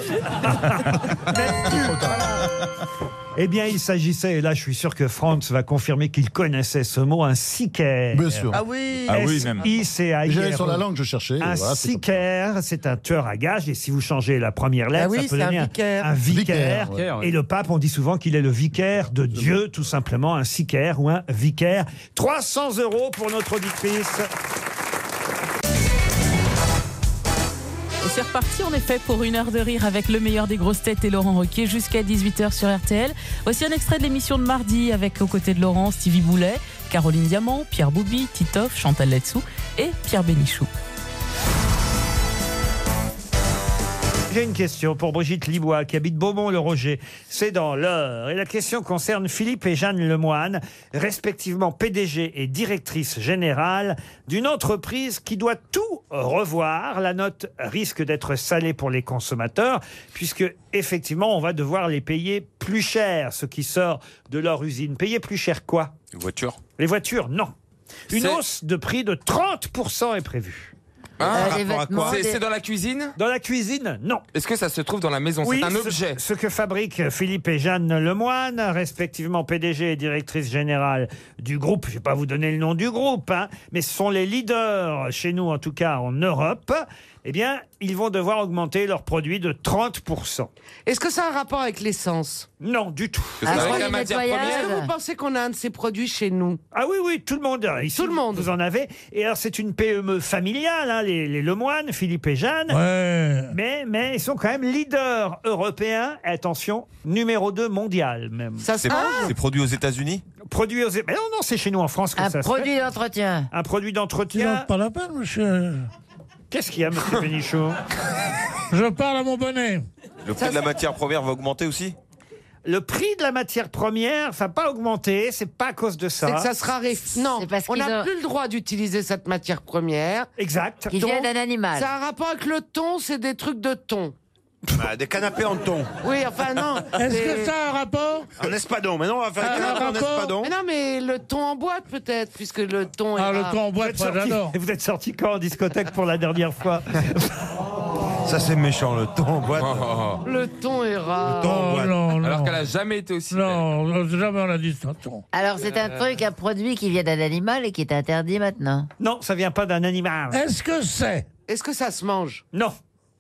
Eh bien, il s'agissait, et là je suis sûr que Franz va confirmer qu'il connaissait ce mot, un sicaire. Bien sûr. Ah oui. Ah oui, même. S-I-C-A-I-R-E. J'allais sur la langue, je cherchais, E. Un voilà, c'est comme sicaire, c'est un tueur à gages, et si vous changez la première lettre, Ah oui, ça peut c'est un donner vicaire. un vicaire. Vicaire, ouais. Et le pape, on dit souvent qu'il est le vicaire de Dieu, tout simplement, un sicaire ou un vicaire. 300 euros pour notre auditrice. Et c'est reparti en effet pour une heure de rire avec le meilleur des grosses têtes et Laurent Roquet jusqu'à 18h sur RTL. Voici un extrait de l'émission de mardi avec aux côtés de Laurent, Stevie Boulet, Caroline Diamant, Pierre Boubi, Titoff, Chantal Latsou et Pierre Bénichou. J'ai une question pour Brigitte Libois qui habite Beaumont-le-Roger. C'est dans l'heure. Et la question concerne Philippe et Jeanne Lemoine, respectivement PDG et directrice générale d'une entreprise qui doit tout revoir. La note risque d'être salée pour les consommateurs puisque effectivement on va devoir les payer plus cher, ce qui sort de leur usine. Payer plus cher quoi Une voiture Les voitures, non. Une hausse de prix de 30% est prévue. Ah, Euh, les par rapport à vêtements, quoi C'est des- c'est dans la cuisine Dans la cuisine, non. Est-ce que ça se trouve dans la maison Oui, C'est un ce- objet. Ce, que fabriquent Philippe et Jeanne Lemoine, respectivement PDG et directrice générale du groupe. Je ne vais pas vous donner le nom du groupe, hein, mais ce sont les leaders, chez nous en tout cas en Europe. Eh bien, ils vont devoir augmenter leurs produits de 30%. Est-ce que ça a un rapport avec l'essence Ah, Non, du tout. Est-ce que vous pensez qu'on a un de ces produits chez nous Ah oui, oui, tout le monde. euh, Ici, tout le monde. Vous en avez. Et alors, c'est une PME familiale, hein, les, les Lemoines, Philippe et Jeanne. Mais, mais ils sont quand même leaders européens. Attention, numéro 2 mondial même. Ça C'est c'est produit aux États-Unis Produit aux... Mais non, non, c'est chez nous en France que Un ça se produit fait. d'entretien. Un produit Non, d'entretien. pas la peine, monsieur. Qu'est-ce qu'il y (laughs) a, monsieur Benichou Je parle à mon bonnet. Le prix de la matière première va augmenter aussi Le prix de la matière première, ça n'a pas augmenté. C'est pas à cause de ça. C'est que ça se raréfie. Non, on qu'ils n'a ont- plus le droit d'utiliser cette matière première. Exact. Qui vient d'un animal. Ça a un rapport avec le thon, c'est des trucs de thon. Bah, des canapés en thon. Oui, enfin non. Est-ce des- que ça a un rapport En espadon. Maintenant, on va faire des canapés en espadon. Mais non, mais le thon en boîte peut-être, puisque le thon est. rare. Vous êtes sorti- Vous êtes sorti quand en discothèque pour la dernière (laughs) fois Ça, c'est méchant, le thon en boîte. oh. Le thon est rare. Oh Alors qu'elle a jamais été aussi. Non, jamais on a dit ça. Alors, c'est Euh. un truc, un produit qui vient d'un animal et qui est interdit maintenant. Non, ça vient pas d'un animal. Est-ce que c'est Est-ce que ça se mange Non.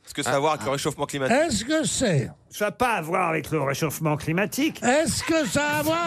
Est-ce que ça a à voir avec le réchauffement climatique Est-ce que c'est Ça n'a pas à voir avec le réchauffement climatique. Est-ce que ça a à (laughs) voir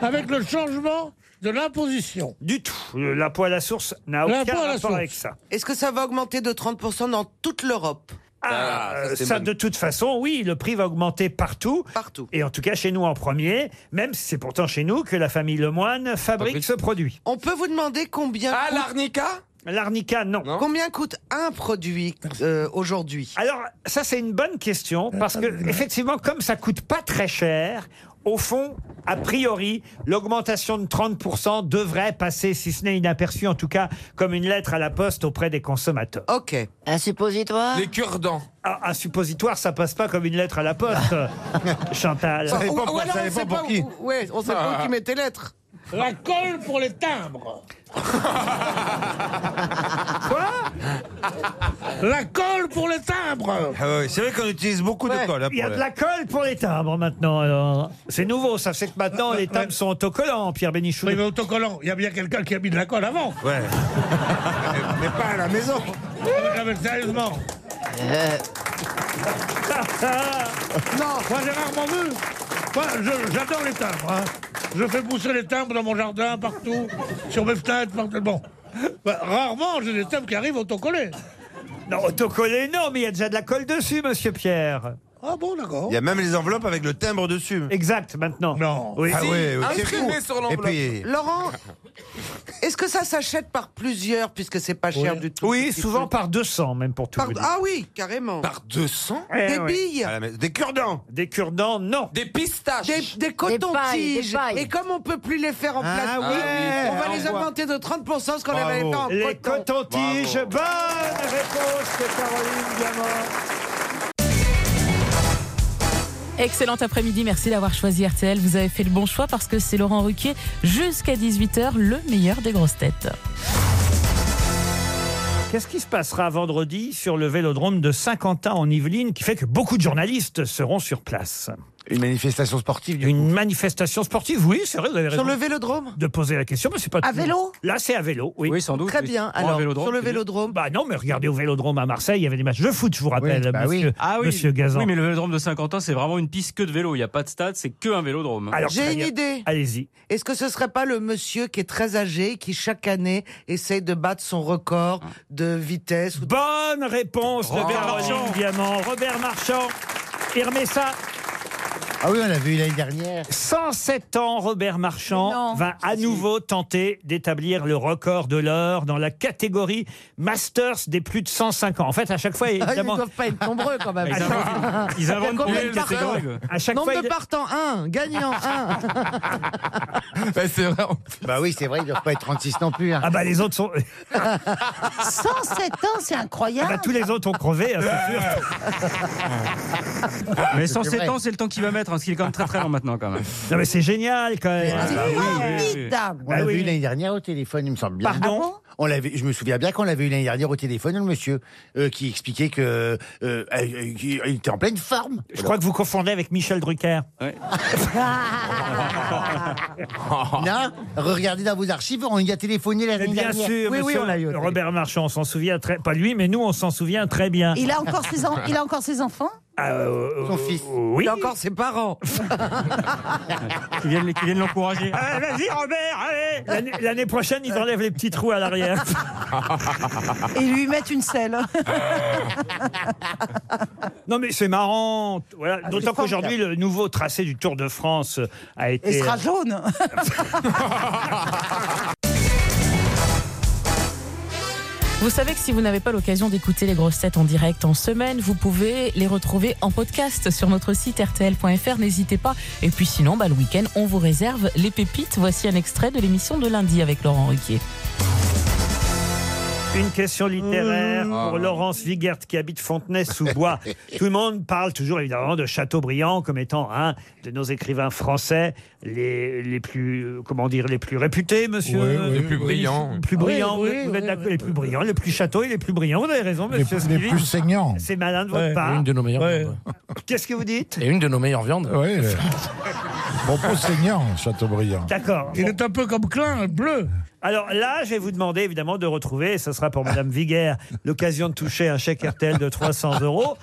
avec le changement de l'imposition Du tout. Le- L'impôt à la source n'a Ah, aucun L'impôt à la rapport source. avec ça. Est-ce que ça va augmenter de 30% dans toute l'Europe Ah, Ah, ça, euh, c'est ça, bonne- de toute façon, oui, le prix va augmenter partout. Partout. Et en tout cas, chez nous en premier, même si c'est pourtant chez nous que la famille Lemoine fabrique ce produit. On peut vous demander combien. Ah, l'arnica L'arnica, non. Combien coûte un produit euh, aujourd'hui Alors, ça, c'est une bonne question, parce que, effectivement, comme ça coûte pas très cher, au fond, a priori, l'augmentation de 30% devrait passer, si ce n'est inaperçu, en tout cas, comme une lettre à la poste auprès des consommateurs. Ok. Un suppositoire Les cure-dents. Ah, un suppositoire, ça passe pas comme une lettre à (laughs) la poste, Chantal. Ou- ou alors, on sait pas où- où- Ouais, on sait Ah. pas où qui met tes lettres. La colle pour les (laughs) timbres. Quoi La colle pour les timbres. Ah ouais, c'est vrai qu'on utilise beaucoup de colle. hein, Il y a pour de la- la colle pour les timbres maintenant, alors. C'est nouveau, ça c'est que maintenant les timbres sont autocollants, Pierre Bénichou. Oui, mais autocollant, il y a bien quelqu'un qui a mis de la colle avant. Ouais. (laughs) mais pas à la maison. Non, Ah, mais (laughs) sérieusement. non, moi j'ai rarement vu. Moi, je- j'adore les timbres. hein. Je fais pousser les timbres dans mon jardin, partout, sur mes fenêtres, partout. Bon. Bah, rarement j'ai des timbres qui arrivent autocollés. Non, autocollé, non, mais il y a déjà de la colle dessus, monsieur Pierre. Ah bon, d'accord. Il y a même les enveloppes avec le timbre dessus. Exact, maintenant. Non. Oui. Ah ouais, ouais, c'est Imprimé fou. sur Et puis, Laurent, est-ce que ça s'achète par plusieurs, puisque c'est pas cher du tout Oui, souvent par 200, même pour tout Par- vous dire. Ah oui, carrément. 200 Eh Des ouais. billes Ah, Des cure-dents Des cure-dents, non. Des pistaches Des, des cotons-tiges. des pailles. et comme on peut plus les faire en Ah plastique, oui, on va on les voit. augmenter de 30% parce qu'on les avait fait en Les coton. cotons-tiges, bonne réponse de Caroline Diamant. Excellent après-midi, merci d'avoir choisi RTL. Vous avez fait le bon choix parce que c'est Laurent Ruquier jusqu'à 18h, le meilleur des grosses têtes. Qu'est-ce qui se passera vendredi sur le vélodrome de Saint-Quentin en Yvelines qui fait que beaucoup de journalistes seront sur place Une manifestation sportive du Une manifestation sportive, oui, c'est vrai, vous avez raison. Sur le vélodrome de poser la question, mais c'est pas À toujours- vélo Là, c'est à vélo, oui. Oui, sans doute. Très oui. bien, Ou un alors, vélodrome, sur le c'est bien. vélodrome. Bah non, mais regardez au vélodrome à Marseille, il y avait des matchs de foot, je vous rappelle, monsieur, Ah oui. bah monsieur Gazan. Oui, mais le vélodrome de Saint-Quentin, c'est vraiment une piste que de vélo. Il n'y a pas de stade, c'est que un vélodrome. Alors, J'ai une idée. Allez-y. Est-ce que ce serait pas le monsieur qui est très âgé, qui chaque année essaye de battre son record de vitesse ou- Bonne réponse Oh. de Robert Caroline Marchand. Diamant. Robert Marchand, il remet ça. Ah oui, on l'a vu l'année dernière. 107 ans, Robert Mais non. Marchand va à nouveau tenter d'établir le record de l'or dans la catégorie Masters des plus de 105 ans. En fait, à chaque Ah, fois, Ils évidemment... Ah, ne doivent pas être nombreux quand même. (laughs) Ils inventent- ils inventent Il y a combien de pour eux, c'est partants dingue. À chaque Nombre fois, de ils- partants, un. Gagnant, un. c'est vrai. Bah oui, c'est vrai, il ne doit pas être 36 non plus. hein. Ah bah les autres sont... (laughs) 107 ans, c'est Ah incroyable. bah tous les autres ont crevé, hein, c'est sûr. Mais C'est vrai. 107 ans, c'est le temps qu'il va mettre parce qu'il est quand même très très long maintenant quand même. Non, mais c'est génial quand même. Ah, bah oui, oui, oui. On Bah l'a oui. vu l'année dernière au téléphone, il me semble bien. Pardon Ah bon on l'avait, je me souviens bien qu'on l'avait eu l'année dernière au téléphone, le monsieur, euh, qui expliquait que euh, euh, euh, qu'il était en pleine forme. Je crois que vous confondez avec Michel Drucker. non, regardez dans vos archives, on y a téléphoné (laughs) l'année Bien dernière. sûr, oui, oui, monsieur on l'a eu. au téléphone. Robert Marchand, on s'en souvient très, pas lui, mais nous, on s'en souvient très bien. Il a encore ses, en- il a encore ses enfants Son fils. euh, Oui. Il a encore ses (laughs) parents. Qui viennent, qui viennent l'encourager. Ah, vas-y, Robert, allez L'année- L'année prochaine, ils enlèvent les petits trous à l'arrière. et ils lui mettent une selle. Non, mais c'est marrant. Voilà. Ah, D'autant c'est formidable. qu'aujourd'hui, le nouveau tracé du Tour de France a été. Et sera jaune. Vous savez que si vous n'avez pas l'occasion d'écouter les grosses têtes en direct en semaine, vous pouvez les retrouver en podcast sur notre site rtl.fr. N'hésitez pas. Et puis sinon, bah, le week-end, on vous réserve les pépites. Voici un extrait de l'émission de lundi avec Laurent Ruquier. Une question littéraire pour Laurence Viguert qui habite Fontenay-sous-Bois. Tout le monde parle toujours évidemment de Chateaubriand comme étant un de nos écrivains français les, les plus euh, comment dire les plus réputés, monsieur. Oui, euh, oui, Les plus oui, brillants. les Plus Oui, brillants. oui, vous êtes d'accord, les plus brillants, les plus châteaux et les plus brillants. Vous avez raison, Les, monsieur. les Stevie. plus saignants. C'est malin de votre Ouais, part. et une de nos meilleures viandes. Qu'est-ce que vous dites Et une de nos meilleures viandes. Oui. Propos saignants, Chateaubriand. D'accord. Il est un peu comme Klein, bleu. Alors là, je vais vous demander évidemment de retrouver, et ce sera pour (laughs) Madame Viguer, l'occasion de toucher un chèque RTL de 300 euros.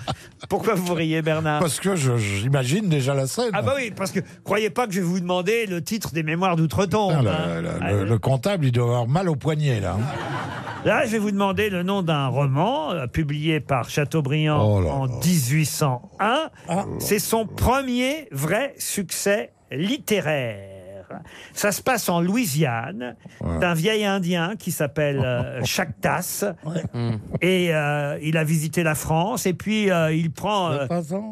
Pourquoi vous riez, Bernard Parce que je- j'imagine déjà la scène. Ah bah oui, parce que croyez pas que je vais vous demander le titre des mémoires d'outre-tombe. Putain, hein. le, le- le- le comptable, il doit avoir mal au poignet, là. Là, je vais vous demander le nom d'un roman euh, publié par Chateaubriand Oh là en 1801. C'est son premier vrai succès littéraire. Ça se passe en Louisiane, d'un vieil Indien qui s'appelle (laughs) euh, Chactas. Hmm. (laughs) Et euh, il a visité la France. Et puis, euh, il prend, euh,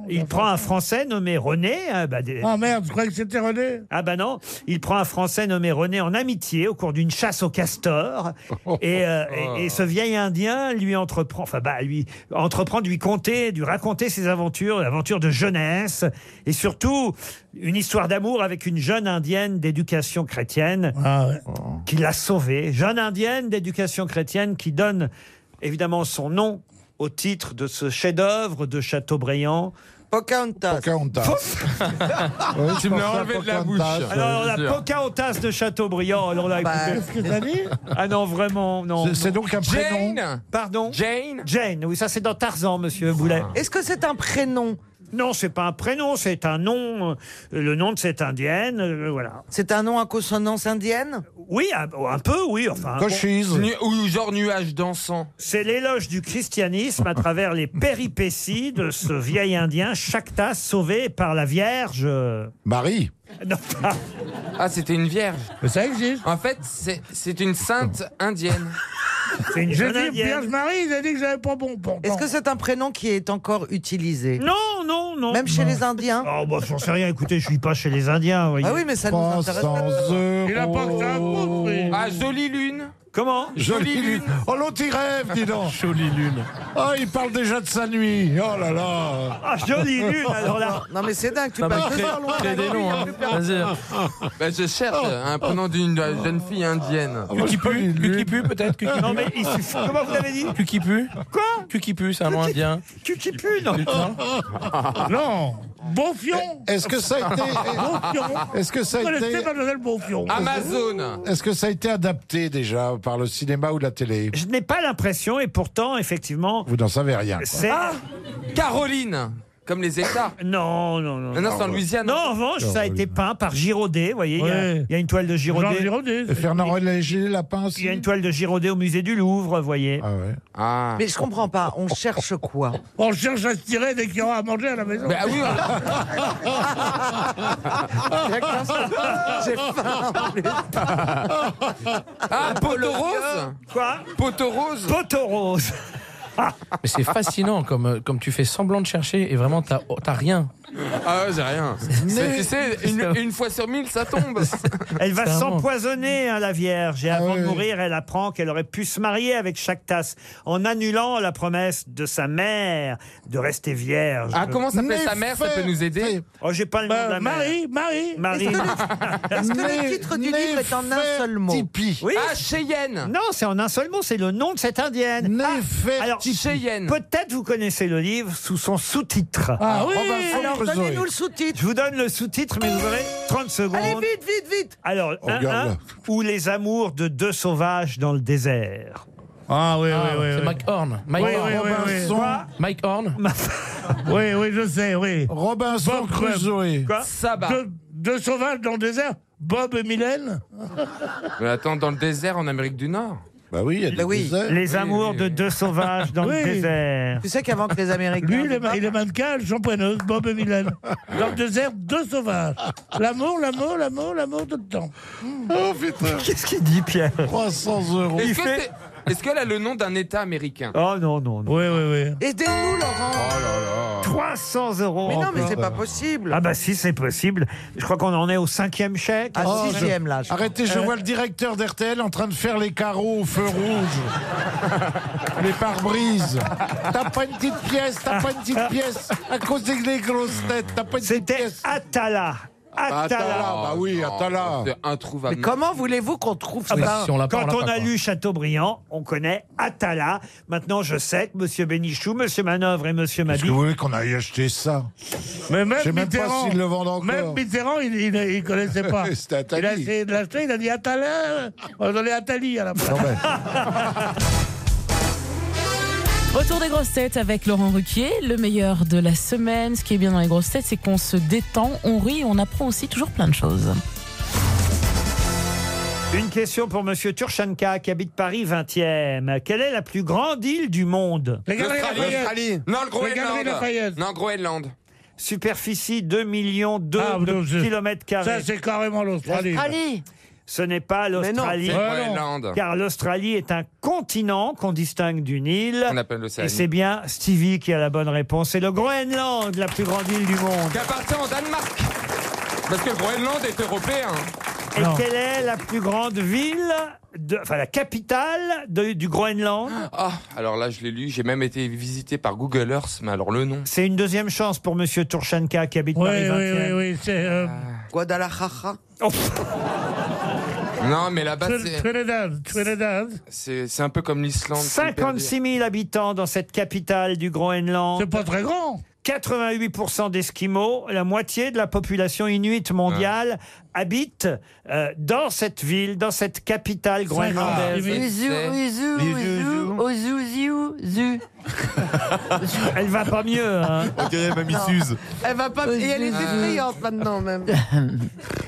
il prend un Français nommé René. hein, bah, des- Ah merde, je croyais que c'était René. ah bah non, il prend un Français nommé René en amitié au cours d'une chasse (laughs) au castor. Et, euh, et- et ce vieil Indien lui entreprend, enfin bah lui entreprend de lui conter, de lui raconter ses aventures, l'aventures de jeunesse, et surtout une histoire d'amour avec une jeune Indienne d'éducation chrétienne Ah, qui l'a sauvée. Jeune Indienne d'éducation chrétienne qui donne évidemment son nom au titre de ce chef-d'œuvre de Chateaubriand. Pocahontas. (laughs) tu me l'as enlevé de la bouche. Alors, la Pocahontas de Chateaubriand, alors là, Bah, écoutez. Qu'est-ce que t'as dit Ah non, vraiment, non. C'est- c'est donc un prénom Jane Pardon Jane Jane, oui, ça c'est dans Tarzan, monsieur Boulet. Ah. Est-ce que c'est un prénom Non, c'est pas un prénom, c'est un nom, euh, le nom de cette indienne, euh, voilà. C'est un nom à consonance indienne Oui, un, un peu, oui, enfin. Ah bon. Nu- Ou genre nuage dansant. C'est l'éloge du christianisme à travers les péripéties de ce vieil indien, Shakta, sauvé par la Vierge. Marie Non, Ah, c'était une vierge. Mais ça existe. En fait, c'est c'est une sainte indienne. c'est une J'ai jeune dit indienne. Vierge Marie, il a dit que j'avais pas bon. bon Est-ce que c'est un prénom qui est encore utilisé Non, non, non. Même chez les Indiens Oh, bah, j'en sais rien, écoutez, je suis pas chez les Indiens, vous voyez. Ah oui, mais ça nous intéresse. 300 euros. Il a pas que ça à foutre, lui. Ah, jolie lune. Comment Jolie lune. Oh, l'autre, il rêve, dis donc. Jolie lune. Oh, il parle déjà de sa nuit. Oh là là. Ah, jolie lune, alors là. Non mais c'est dingue, tu Non, mais passes crée- deux heures loin. crée des noms, hein. Vas-y. Bah, je cherche un prénom d'une euh, jeune fille indienne. Ah, Cukipu, Cukipu peut-être Cukipu. Non, mais il suffit. Comment vous avez dit Cukipu Quoi Cukipu, c'est un nom indien. Tu qui pue, non Non Bonfion Est-ce que ça a été. Bonfion Est-ce que ça Vous a connaissez été. mademoiselle Euh, Bonfion Amazon. Est-ce que ça a été adapté déjà par le cinéma ou la télé Je n'ai pas l'impression, et pourtant, effectivement, Vous n'en savez rien. quoi. c'est. Ah, Caroline. Comme les États. Euh, Non, non, non. Non, non, c'est en Louisiane. Non, en revanche, ça a été peint par Giraudet. Vous voyez, il y a- Ouais. il y, a une toile de Jean Giraudet. Giraudet. Et Fernand Léger, Lapin Il y aussi a une toile de Giraudet au musée du Louvre, vous voyez. Ah ouais. Ah. Mais je comprends pas, on cherche quoi On cherche à se tirer dès qu'il y aura à manger à la maison. ah Bah oui, on- (laughs) J'ai faim. ah, poteau rose. Quoi Poteau rose. Poteau rose. Mais c'est fascinant comme, euh, comme tu fais semblant de chercher et vraiment t'as oh, t'as rien. Ah ouais, c'est (laughs) rien. C'est- Tu sais, une, une fois sur mille, ça tombe. (laughs) Elle va s'empoisonner, hein, la Vierge. Ah Et avant de mourir, elle apprend qu'elle aurait pu se marier avec Chactas en annulant la promesse de sa mère de rester vierge. Ah, comment s'appelait sa mère Ça peut nous aider Oh, j'ai pas le nom de la Marie, Marie. Marie. Bah, (laughs) Est-ce que le titre du livre est en un seul mot Oui. Ah, Cheyenne Non, c'est en un seul mot, c'est le nom de cette indienne. Ah, alors, Cheyenne. Peut-être vous connaissez le livre sous son sous-titre. Ah oh, oui, ben, alors donnez-nous le sous-titre. Je vous donne le sous-titre, mais vous aurez 30 secondes. Allez, vite, vite, vite Alors, Oh, un, regarde, un, là. ou les amours de deux sauvages dans le désert. Ah oui, Ah, oui, oui. c'est oui. Mike Horn. Mike oui, Horn. oui, oui, oui. Robinson. Mike Horn. (laughs) oui, oui, je sais, oui. Robinson Bob Crusoe. Quoi Sabat. Deux, deux sauvages dans le désert Bob et Mylène Mais attends, dans le désert en Amérique du Nord Bah oui, il y a des déserts. Les amours de deux sauvages dans Oui. le désert. Tu sais qu'avant que les Américains. Lui, il est, ma- il est mannequin, le champoineuse, Bob et Mylène. Dans le désert, deux sauvages. L'amour, l'amour, l'amour, l'amour tout le temps. Oh putain Qu'est-ce qu'il dit, Pierre 300 euros. Est-ce que c'est- est-ce qu'elle a le nom d'un État américain Oh non, non, non. Oui, oui, Aidez-nous, Laurent Oh là là 300 euros. Mais non, mais encore. c'est pas possible. Ah bah si, c'est possible. Je crois qu'on en est au cinquième chèque. Ah, Oh, sixième, je- là, je- Arrêtez, je Euh, vois le directeur d'RTL en train de faire les carreaux au feu rouge. les pare-brises. T'as pas une petite pièce, t'as pas une petite pièce. À cause des grosses têtes, t'as pas une petite pièce. Atala. Bah, Atala, Atala. bah oui, Atala. C'est introuvable. Comment voulez-vous qu'on trouve Ah ça bah, quand on a lu Chateaubriand, on connaît Atala. Maintenant, je sais que Monsieur Bénichou, Monsieur Manœuvre et Monsieur Est-ce Mabi. que vous voulez qu'on aille acheter ça Mais même Je sais même pas Mitterrand, s'ils le vendent encore. Même Mitterrand, il il- il connaissait pas. (laughs) C'était Attali. il a essayé de l'acheter, il a dit Atala, on va donner Atali à la place. Retour des grosses têtes avec Laurent Ruquier, le meilleur de la semaine. Ce qui est bien dans les grosses têtes, c'est qu'on se détend, on rit, on apprend aussi toujours plein de choses. Une question pour Monsieur Turchanka qui habite Paris 20e. Quelle est la plus grande île du monde Les Galeries L'Australie. Lafayette. Non, le Les Galeries Lafayette. Groenland. Non, Groenland. Superficie 2 millions de Ah, non, c'est- kilomètres Ça, carrés. c'est carrément l'Australie. Ce n'est pas l'Australie, c'est le Groenland. car l'Australie est un continent qu'on distingue d'une île. On appelle Et l'Océanie. c'est bien Stevie qui a la bonne réponse. C'est le Groenland, la plus grande île du monde. Qui appartient au Danemark. Parce que le Groenland est européen. Et quelle est la plus grande ville, de, enfin la capitale de- du Groenland Ah, alors là, je l'ai lu. J'ai même été visité par Google Earth. Mais alors le nom. C'est une deuxième chance pour Monsieur Turchanka qui habite Oui, Paris oui, 20e. oui, oui, c'est euh, Ah. Guadalajara. Oh. Non, mais là-bas, Trin- c'est- Trinidad. Trinidad. c'est c'est un peu comme l'Islande. c'est hyper dur. 56 000 habitants dans cette capitale du Groenland. C'est pas très grand. 88% d'Esquimaux, la moitié de la population inuite mondiale habite euh, dans cette ville, dans cette capitale groenlandaise. Uzu, uzu, uzu, ozu, ziou, zu. Elle va pas mieux. hein. On dirait Mamie Non. Suze. Elle va pas. Et elle est effrayante maintenant (laughs) même.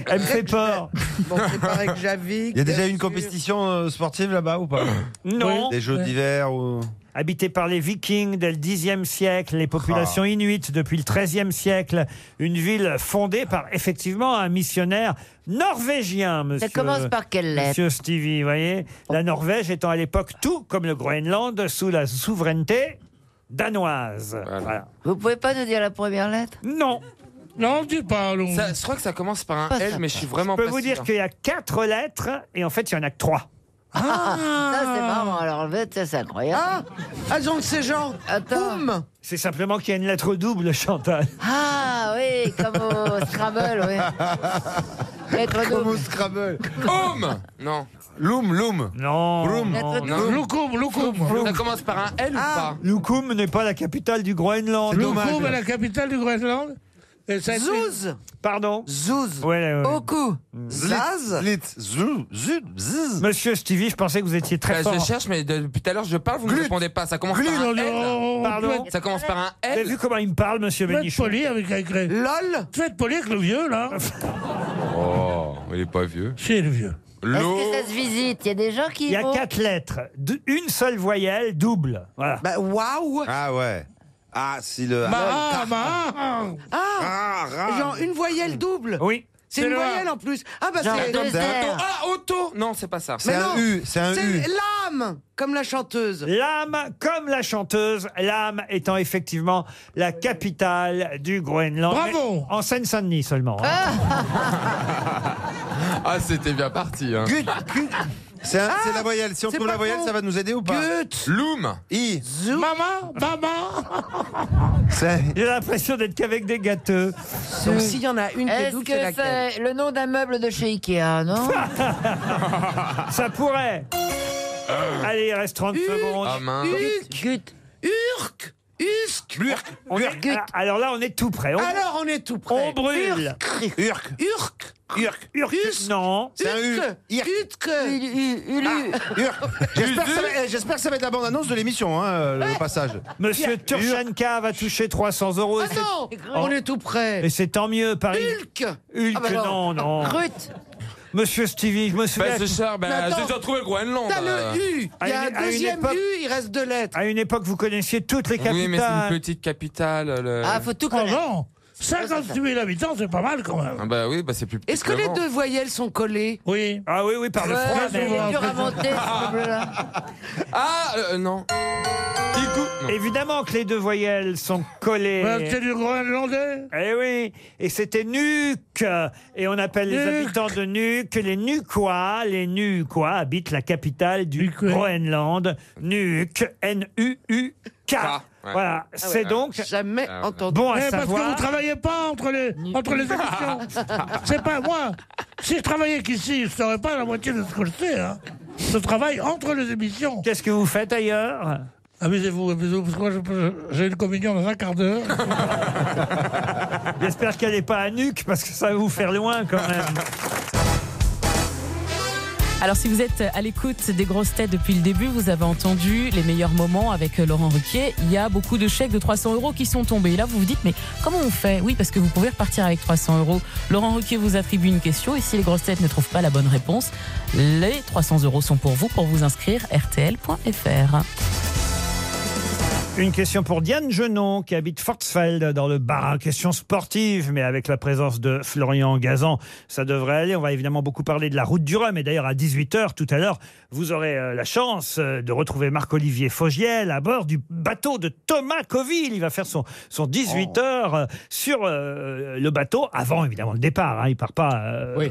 Elle me fait peur. Bon, c'est pareil que j'avigue. Il y a déjà eu une compétition euh, sportive là-bas ou pas (coughs) Non. Des jeux d'hiver ou. Habitée par les Vikings dès le Xe siècle, les Ah. populations inuites depuis le XIIIe siècle, une ville fondée par effectivement un missionnaire norvégien, monsieur. commence par quelle lettre Monsieur Stevie, vous voyez, la Norvège étant à l'époque tout comme le Groenland sous la souveraineté danoise. Voilà. Vous pouvez pas nous dire la première lettre Non. Non, dis pas. non. Ça- Euh, je crois que ça commence par un Pas L, ça, mais je suis Je vraiment peux pas vous sûr. dire qu'il y a quatre lettres et en fait il y en a que trois. Ah. Ça, c'est marrant. Alors, le fait, ça, c'est incroyable. Ah, donc c'est genre. Attends. Boum C'est simplement qu'il y a une lettre double, Chantal. Ah, oui, comme au Scrabble, (laughs) oui. Lettre Comme au double. Scrabble. Home (laughs) Non. Loom, loom. Non. Vroom. non, Lettre non. double. Loukoum, Loukoum. Ça commence par un L Ah. ou Lukum n'est pas la capitale du Groenland. Loukoum est la capitale du Groenland. Et ça a été- Zouz Pardon Zouz Ouais, ouais, ouais. Oku Zaz Lit, zou, zu, ziz. Monsieur Stevie, je pensais que vous étiez pas très Bah, Je fort. cherche, mais de- depuis tout à l'heure, je parle, vous ne me Glut. répondez pas. Ça commence Glut, par un on- L. on- on- Pardon Ça commence par un Vous avez L. vu comment il me parle, monsieur Faut être Bénichou poli avec, avec les- LOL Faut être poli avec le vieux, là. Euh. Oh, il est pas vieux. C'est le vieux. Est-ce L'eau. que ça se visite Il y a des gens qui Il y y a vont. quatre lettres, de- une seule voyelle, double. Voilà. Bah, waouh Ah ouais. Ah, si le. Maha, Bah, Maha. Ah Ah, rare. Genre une voyelle double Oui. C'est une le A. voyelle en plus. Ah bah Genre c'est Auto- Ah, auto Non, c'est pas ça. Mais non, C'est l'âme, comme la chanteuse. L'âme, comme la chanteuse, l'âme étant effectivement la capitale du Groenland. Bravo Mais En Seine-Saint-Denis seulement. hein. Ah, c'était bien parti. Hein. C'est un- c'est Ah, la voyelle. Si on c'est trouve la pas voyelle, con. ça va nous aider ou pas Loom. I. Maman, maman. (laughs) J'ai l'impression d'être qu'avec des gâteux. Donc, s'il y en a une qui est Hmm. Est-ce double, que c'est laquelle c'est le nom d'un meuble de chez Ikea, (laughs) non Ça pourrait. Euh. Allez, il reste 30 secondes. Ah, mince. Gut. Urk. Usk. On est- ah, alors là, on est tout prêt. On, Alors on est tout prêt. on brûle. Urk. Urk. Urk. Urk. Non. C'est un U. Irk. (laughs) Urk. J'espère que ça va- eh, J'espère que ça va être la bande-annonce de l'émission, hein, euh, le passage. Monsieur Urk. Turchanka va toucher 300 euros. et Ah c'est- non, Oh. on est tout prêt. Et c'est tant mieux, Paris. Hulk. Hulk, Ah bah non, non. Monsieur Stevie, je me souviens. Bah, c'est cher, Mais bah, attends. j'ai déjà trouvé le Groenland. T'as euh. le U. À Il y une- a à un une deuxième époque- U, il reste deux lettres. À une époque, vous connaissiez toutes les capitales. Oui, mais c'est une petite capitale. le- Ah, tout Oh non 58 000 habitants, c'est pas mal quand même. Ah bah oui, bah c'est plus petit Est-ce que les l'avant. deux voyelles sont collées Oui. Ah oui, oui, par le front. c'est mais- dur à monter, (laughs) ce meuble-là. Ah, euh, non. Igu- non. Évidemment que les deux voyelles sont collées. Ouais, c'est du Groenlandais. Eh oui, et c'était Nuuk. Et on appelle les Nuuk. habitants de Nuuk les Nuquois. Les Nuquois habitent la capitale du Nuuk, ouais. Groenland, Nuuk, N-U-U-K. Ah, ouais. Voilà, c'est donc Jamais Ah ouais. entendu. bon à Eh, parce que vous savoir. travaillez pas entre les, entre les émissions. C'est pas moi. Si je travaillais qu'ici, je saurais pas la moitié de ce que je sais. Hein. Je travaille entre les émissions. Qu'est-ce que vous faites ailleurs Amusez-vous, amusez-vous, parce que moi, je peux- j'ai une communion dans un quart d'heure. (laughs) J'espère qu'elle n'est pas à Nuuk parce que ça va vous faire loin quand même. Alors si vous êtes à l'écoute des grosses têtes depuis le début, vous avez entendu les meilleurs moments avec euh, Laurent Ruquier. Il y a beaucoup de chèques de 300 euros qui sont tombés. Et là, vous vous dites, mais comment on fait Oui, parce que vous pouvez repartir avec 300 euros. Laurent Ruquier vous attribue une question et si les grosses têtes ne trouvent pas la bonne réponse, les 300 euros sont pour vous pour vous inscrire rtl.fr. Une question pour Diane Genon qui habite Fortsfeld dans le Bas. Question sportive, mais avec la présence de Florian Gazan, ça devrait aller. On va évidemment beaucoup parler de la route du Rhum. Et d'ailleurs, à 18h tout à l'heure, vous aurez euh, la chance euh, de retrouver Marc-Olivier Fogiel à bord du bateau de Thomas Coville. Il va faire son, son 18h euh, sur euh, le bateau avant évidemment le départ. Hein. Il part pas. euh, Oui,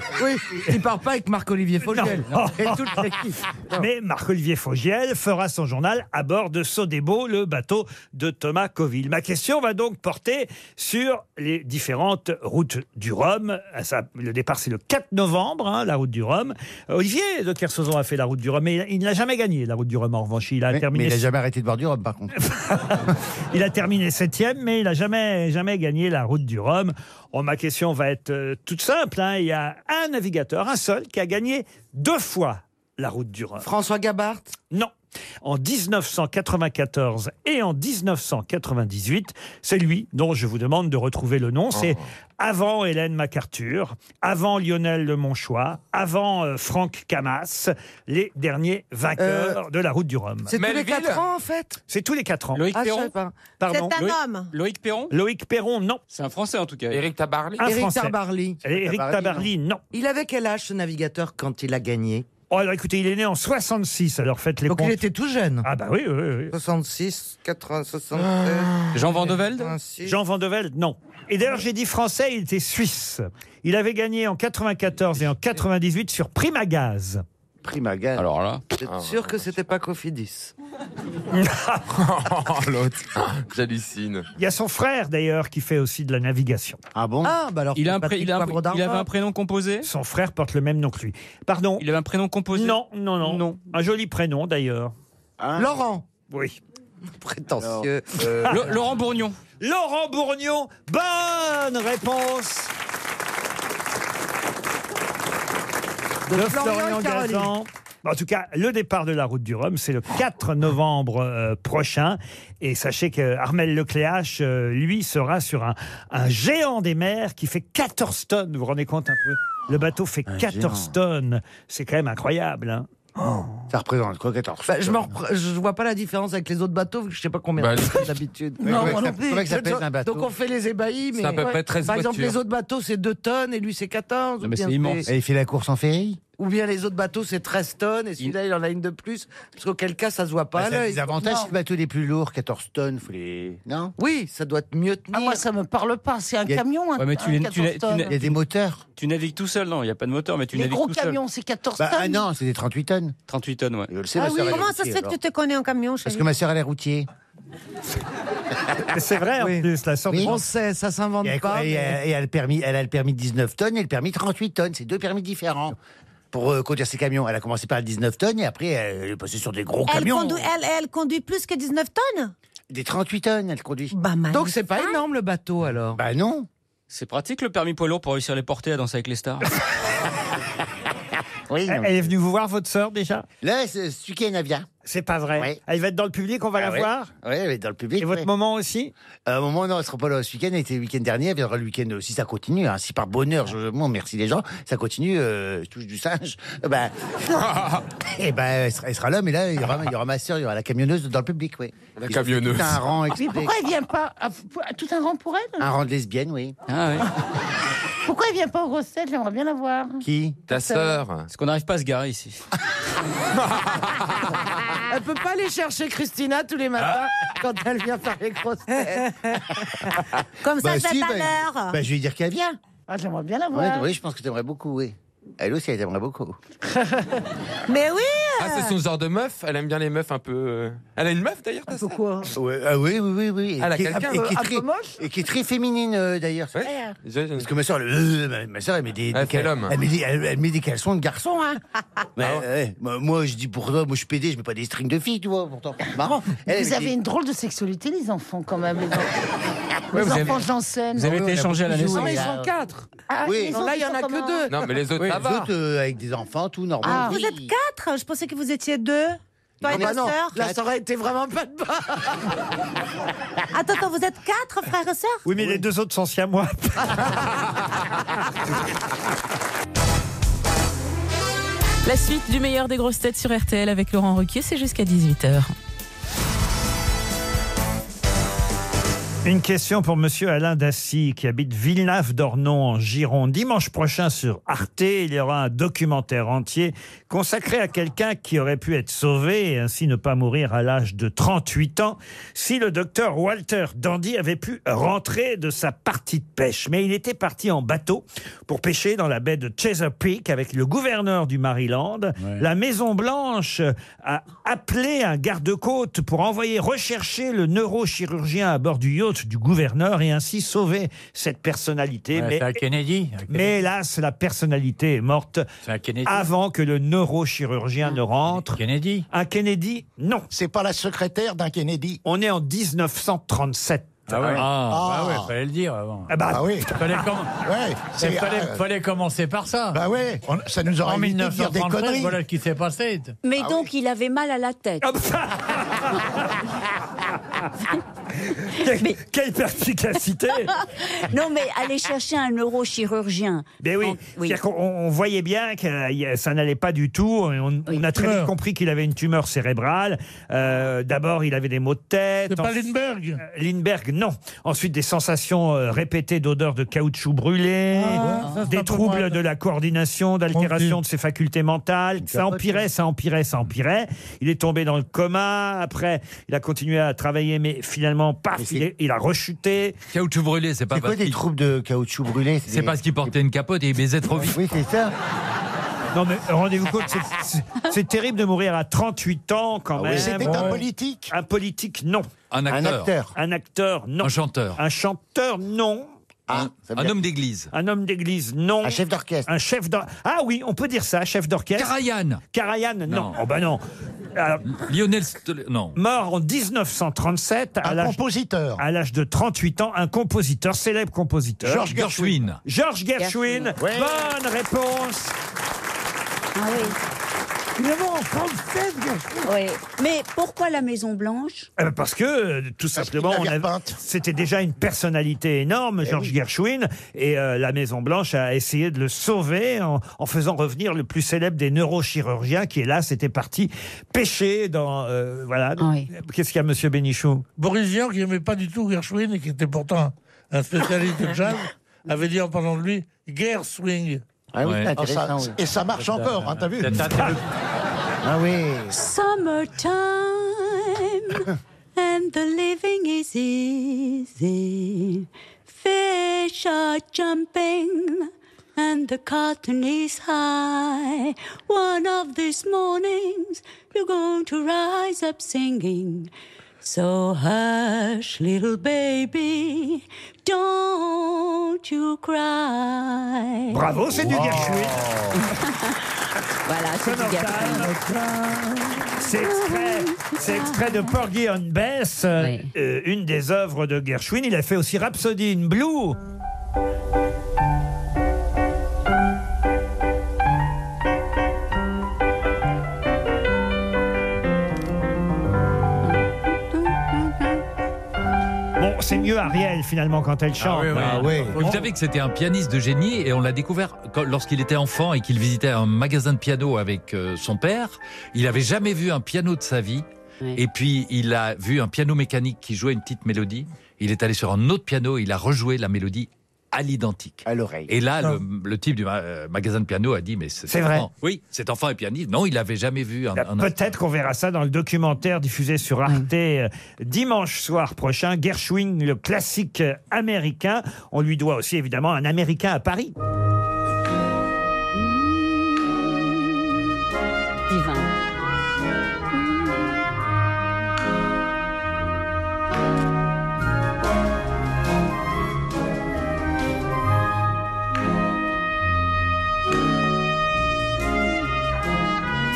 il part pas avec Marc-Olivier Fogiel. (laughs) Non. Et toute l'équipe. Non. (laughs) Mais Marc-Olivier Fogiel fera son journal à bord de Sodebo, le bateau de Thomas Coville. Ma question va donc porter sur les différentes routes du Rhum. Ah, ça, le départ, c'est le 4 novembre, hein, la route du Rhum. Olivier de Kersauzon a fait la route du Rhum, mais il- il n'a jamais gagné la route du Rhum. En revanche, il a Mais, mais terminé il a jamais arrêté de boire du rhum, (laughs) par contre. il a terminé septième, mais il n'a jamais, jamais gagné la route du Rhum. Oh, ma question va être euh, toute simple. hein. Il y a un navigateur, un seul, qui a gagné deux fois la route du Rhum. François Gabart. Non. En 1994 et en 1998, c'est lui dont je vous demande de retrouver le nom. C'est Oh. avant Hélène MacArthur, avant Lionel Le Monchois, avant euh, Franck Camas, les derniers vainqueurs de la route du Rhum. Euh, C'est tous les Melville. 4 ans en fait. C'est tous les quatre ans. Loïc Ah, je Perron savais pas. Pardon. Loïc- homme. Loïc Perron Loïc Perron, non. C'est un Français en tout cas. Eric Tabarly. Un Éric Français. Tabarly. Éric Tabarly, non. Il avait quel âge ce navigateur quand il a gagné Oh, alors écoutez, il est né en 66, alors faites les Donc comptes. il était tout jeune. Ah bah oui, oui, oui, 66, 80, Ah. 76. Jean Vandevelde oui. Jean Van de Velde, non. Et d'ailleurs, j'ai dit français, il était suisse. Il avait gagné en 94 et en 98 sur Primagaz. (laughs) Primagan. Alors là, J'étais sûr que c'était (laughs) pas Cofidis. Oh, l'autre. J'hallucine. Il y a son frère, d'ailleurs, qui fait aussi de la navigation. Ah bon Ah, bah alors. Il, a un pré- Patrick il a un Poivre pr- il avait d'Arvor. un prénom composé Son frère porte le même nom que lui. Pardon Il avait un prénom composé Non, non, non. Non. Un joli prénom, d'ailleurs. Hein Laurent. Oui. Prétentieux. euh, Lo- (laughs) euh, Laurent Bourgnon. Laurent Bourgnon, bonne réponse de, Florian Gazan. En tout cas, le départ de la route du Rhum, c'est le 4 novembre euh, prochain. Et sachez que Armel Lecléache, euh, lui, sera sur un, un géant des mers qui fait 14 tonnes. Vous vous rendez compte un peu Le bateau fait 14 tonnes. C'est quand même incroyable. hein. Ça représente quoi 14 Bah, je, me repr- je vois pas la différence avec les autres bateaux, vu que je sais pas combien Bah, de les- d'habitude. Mais comment que ça- comment que ça pèse un bateau Donc on fait les ébahis, mais C'est à peu près Ouais. 13 par exemple voitures. les autres bateaux c'est 2 tonnes et lui c'est 14. ou bien Et il fait la course en ferry Ou bien les autres bateaux c'est 13 tonnes et celui-là il en a une de plus, parce qu'auquel cas ça se voit pas. Bah, ça a là, des avantages si le bateau il est plus lourd, 14 tonnes, faut les. Non Oui, ça doit être mieux tenir. Ah, moi, ça me parle pas. C'est un Il y a- camion, un, Ouais, mais tu un l'es- tu 14 l'es- tu tonnes. l'es- Il y a des moteurs. Tu navigues tout seul, non, il n'y a pas de moteur, mais tu Les navigues gros tout seul. camions, c'est 14 Bah, tonnes. Ah ah Non, c'est des 38 tonnes. 38 tonnes, ouais. Je le sais, ma sœur, elle est routier, alors. te connais en camion, chérie Parce que ma sœur, elle est routier. C'est vrai, en plus, la sorte. On sait, ça s'invente et elle, pas, Et, elle, mais- et elle a le permis, elle a le permis 19 tonnes et le permis 38 tonnes. C'est deux permis différents pour euh, conduire ses camions. Elle a commencé par le 19 tonnes et après, elle est passée sur des gros elle, camions. conduit, elle, elle conduit plus que 19 tonnes Bah, Des 38 tonnes, elle conduit. Donc c'est pas énorme le bateau alors. Bah non. C'est pratique le permis poids lourd pour réussir les porter à danser avec les stars. Oui, Elle elle est venue vous voir, votre sœur, déjà Là, c'est Eh, ce week-end, elle vient. C'est pas vrai. Elle va être dans le public, on va la voir Ah Oui, elle va être dans le public. Et votre ouais. maman aussi À un moment, non, elle sera pas là ce week-end. Elle était le week-end dernier. Elle viendra le week-end euh, si ça continue. hein, si par bonheur, je bon, merci les gens, ça continue. euh, je touche du singe. euh, Ben, (laughs) et ben, elle sera, elle sera là. Mais là, il y aura, il y aura ma sœur, il y aura la camionneuse dans le public, La oui. Ils ont fait camionneuse. Tout un rang, Mais exprès. pourquoi elle vient pas à- pour- à Tout un rang pour elle un rang de lesbiennes, oui. Ah Pourquoi elle vient pas aux grosses têtes J'aimerais bien la voir. Qui Ta sœur. Parce qu'on n'arrive pas à se garer ici. Elle peut pas aller chercher Christina tous les matins Ah. quand elle vient faire les grosses têtes. Comme ça, Bah, je vais si, pas bah, à l'heure. bah, je vais dire qu'elle vient. Ah, J'aimerais bien la Oui, voir. (laughs) oui, je pense que t'aimerais beaucoup, oui. Elle aussi, elle t'aimerait beaucoup. Mais oui Ah, c'est son genre de meuf. Elle aime bien les meufs un peu. euh, Elle a une meuf d'ailleurs, ta sœur Pourquoi Ouais, ah oui, oui, oui, oui. Et Elle a qui est- quelqu'un, euh, et qui est un très- peu Et qui est très féminine, euh, d'ailleurs. c'est vrai, hein. Parce que ma soeur, elle, euh, ma- ma soeur, elle met des, Elle des fait cal- l'homme. elle met des- elle- elle met des caleçons de garçon. (laughs) Hein. Ah Ouais, ouais. Moi, moi, je dis pour toi, moi, je suis pédé, je mets pas des strings de filles, tu vois, pourtant. C'est Marrant. Elle, Vous elle avez met une drôle de sexualité, les enfants, quand même. Les, en- Ouais, les vous enfants avez- Janssen. vous avez été échangés à la naissance. Non, Ah, mais ils ils sont sont quatre. Ah, Oui. les Non, autres, là, il y ils en sont a que comment deux. Non, mais les autres, Oui, ça les va. autres, euh, avec des enfants, tout normal. Ah, Oui. Vous êtes quatre Je pensais que vous étiez deux. Toi Ah et bah ta non, sœur. là ça aurait été vraiment pas de bas. Attends, attends, vous êtes quatre, frères et sœurs Oui, mais les deux autres sont si à moi. La suite du meilleur des grosses têtes sur RTL avec Laurent Ruquier, c'est jusqu'à 18h. Une question pour Monsieur Alain Dassy, qui habite Villeneuve-d'Ornon en Gironde. Dimanche prochain sur Arte, il y aura un documentaire entier consacré à quelqu'un qui aurait pu être sauvé et ainsi ne pas mourir à l'âge de 38 ans si le docteur Walter Dandy avait pu rentrer de sa partie de pêche. Mais il était parti en bateau pour pêcher dans la baie de Chesapeake avec le gouverneur du Maryland. La Maison Blanche a appelé un garde-côte pour envoyer rechercher le neurochirurgien à bord du yacht du gouverneur et ainsi sauver cette personnalité. mais, Kennedy. mais hélas, la personnalité est morte avant que le neurochirurgien ne rentre. Ah, Kennedy. Un Kennedy, non. C'est pas la secrétaire d'un Kennedy. On est en 1937. Ah ouais. Ah. Ah, ouais, fallait le dire avant. Ah bah- Ah oui. (laughs) Fallait, comm- Ouais, c'est- Eh, fallait- ah. fallait commencer par ça. Bah ouais, ça nous aurait en évité de dire des 1933, conneries. Voilà ce qui s'est passé. Mais donc, il avait mal à la tête. (laughs) (laughs) Quelle, quelle perspicacité non, mais aller chercher un neurochirurgien. Ben oui, En- C'est-à-dire qu'on- on, on voyait bien que euh, y a- ça n'allait pas du tout. et on, on a très vite Tumeur. compris qu'il avait une tumeur cérébrale. Euh, D'abord, il avait des maux de tête. C'est pas Ensuite- Lindbergh Euh, Lindbergh, non. Ensuite, des sensations euh, répétées d'odeur de caoutchouc brûlé, Ah, ça, c'est des pas pour troubles moi, de la coordination, d'altération de ses facultés mentales. Ça hein. empirait, ça empirait, ça empirait. Il est tombé dans le coma. Après, il a continué à travailler, mais finalement, paf, il, est- il a rechuté. Caoutchouc brûlé, c'est Ah, C'est quoi des troupes de caoutchouc brûlé Ah, C'est parce qu'il portait une capote et il baisait trop vite. Oui, c'est ça. Non, mais rendez-vous compte, c'est- c'est- c'est terrible de mourir à 38 ans quand Ah oui. même. C'était un Ouais. politique Un politique, non. Un acteur. Un acteur. Un acteur, non. Un chanteur. Un chanteur, non. veut Un dire- homme d'église. Un homme d'église, non. Un chef d'orchestre. Un chef d'or- Ah oui, on peut dire ça, chef d'orchestre. Karajan. Karajan, non. Non. Oh bah non. Alors, Lionel Stoll- Non. Mort en 1937. Un compositeur. À l'âge de 38 ans, un compositeur, célèbre compositeur. George Gershwin. George Gershwin. Gershwin. Ouais. Bonne réponse. Ah oui. Le mot en français Oui. Mais pourquoi la Maison Blanche Eh ben, Parce que, euh, tout simplement, on avait- c'était déjà une personnalité énorme, Georges Gershwin, et euh, la Maison-Blanche a essayé de le sauver en, en faisant revenir le plus célèbre des neurochirurgiens qui, hélas, était parti pêcher dans. euh, voilà. Qu'est-ce qu'il y a, monsieur Bénichou Boris Vian, qui n'aimait pas du tout Gershwin et qui était pourtant un spécialiste (laughs) de jazz, avait dit en parlant de lui Gershwin. Ah oui, Ouais. c'est intéressant, Oh, Ah, oui. hein, Ah oui. (laughs) Summertime and the living is easy. Fish are jumping and the cotton is high. One of these mornings you're going to rise up singing. So hush, little baby, don't you cry. Bravo, c'est du Gershwin. (laughs) Voilà, c'est du C'est extrait, c'est extrait de Porgy and Bess, euh, euh, une des œuvres de Gershwin. Il a fait aussi Rhapsody in Blue. Bon, C'est mieux Ariel finalement quand elle chante. Ah Vous savez que c'était un pianiste de génie et on l'a découvert quand- lorsqu'il était enfant et qu'il visitait un magasin de piano avec euh, son père. Il n'avait jamais vu un piano de sa vie. Et puis il a vu un piano mécanique qui jouait une petite mélodie. Il est allé sur un autre piano et il a rejoué la mélodie à l'identique. À l'oreille. Et là, le, le type du ma- euh, magasin de piano a dit Mais cet Ah. C'est vrai. enfant- Oui, cet enfant est pianiste. Non, il n'avait jamais vu un. un- Ben, Peut-être qu'on verra ça dans le documentaire diffusé sur Arte euh, dimanche soir prochain. Gershwin, le classique euh, américain. On lui doit aussi évidemment un Américain à Paris.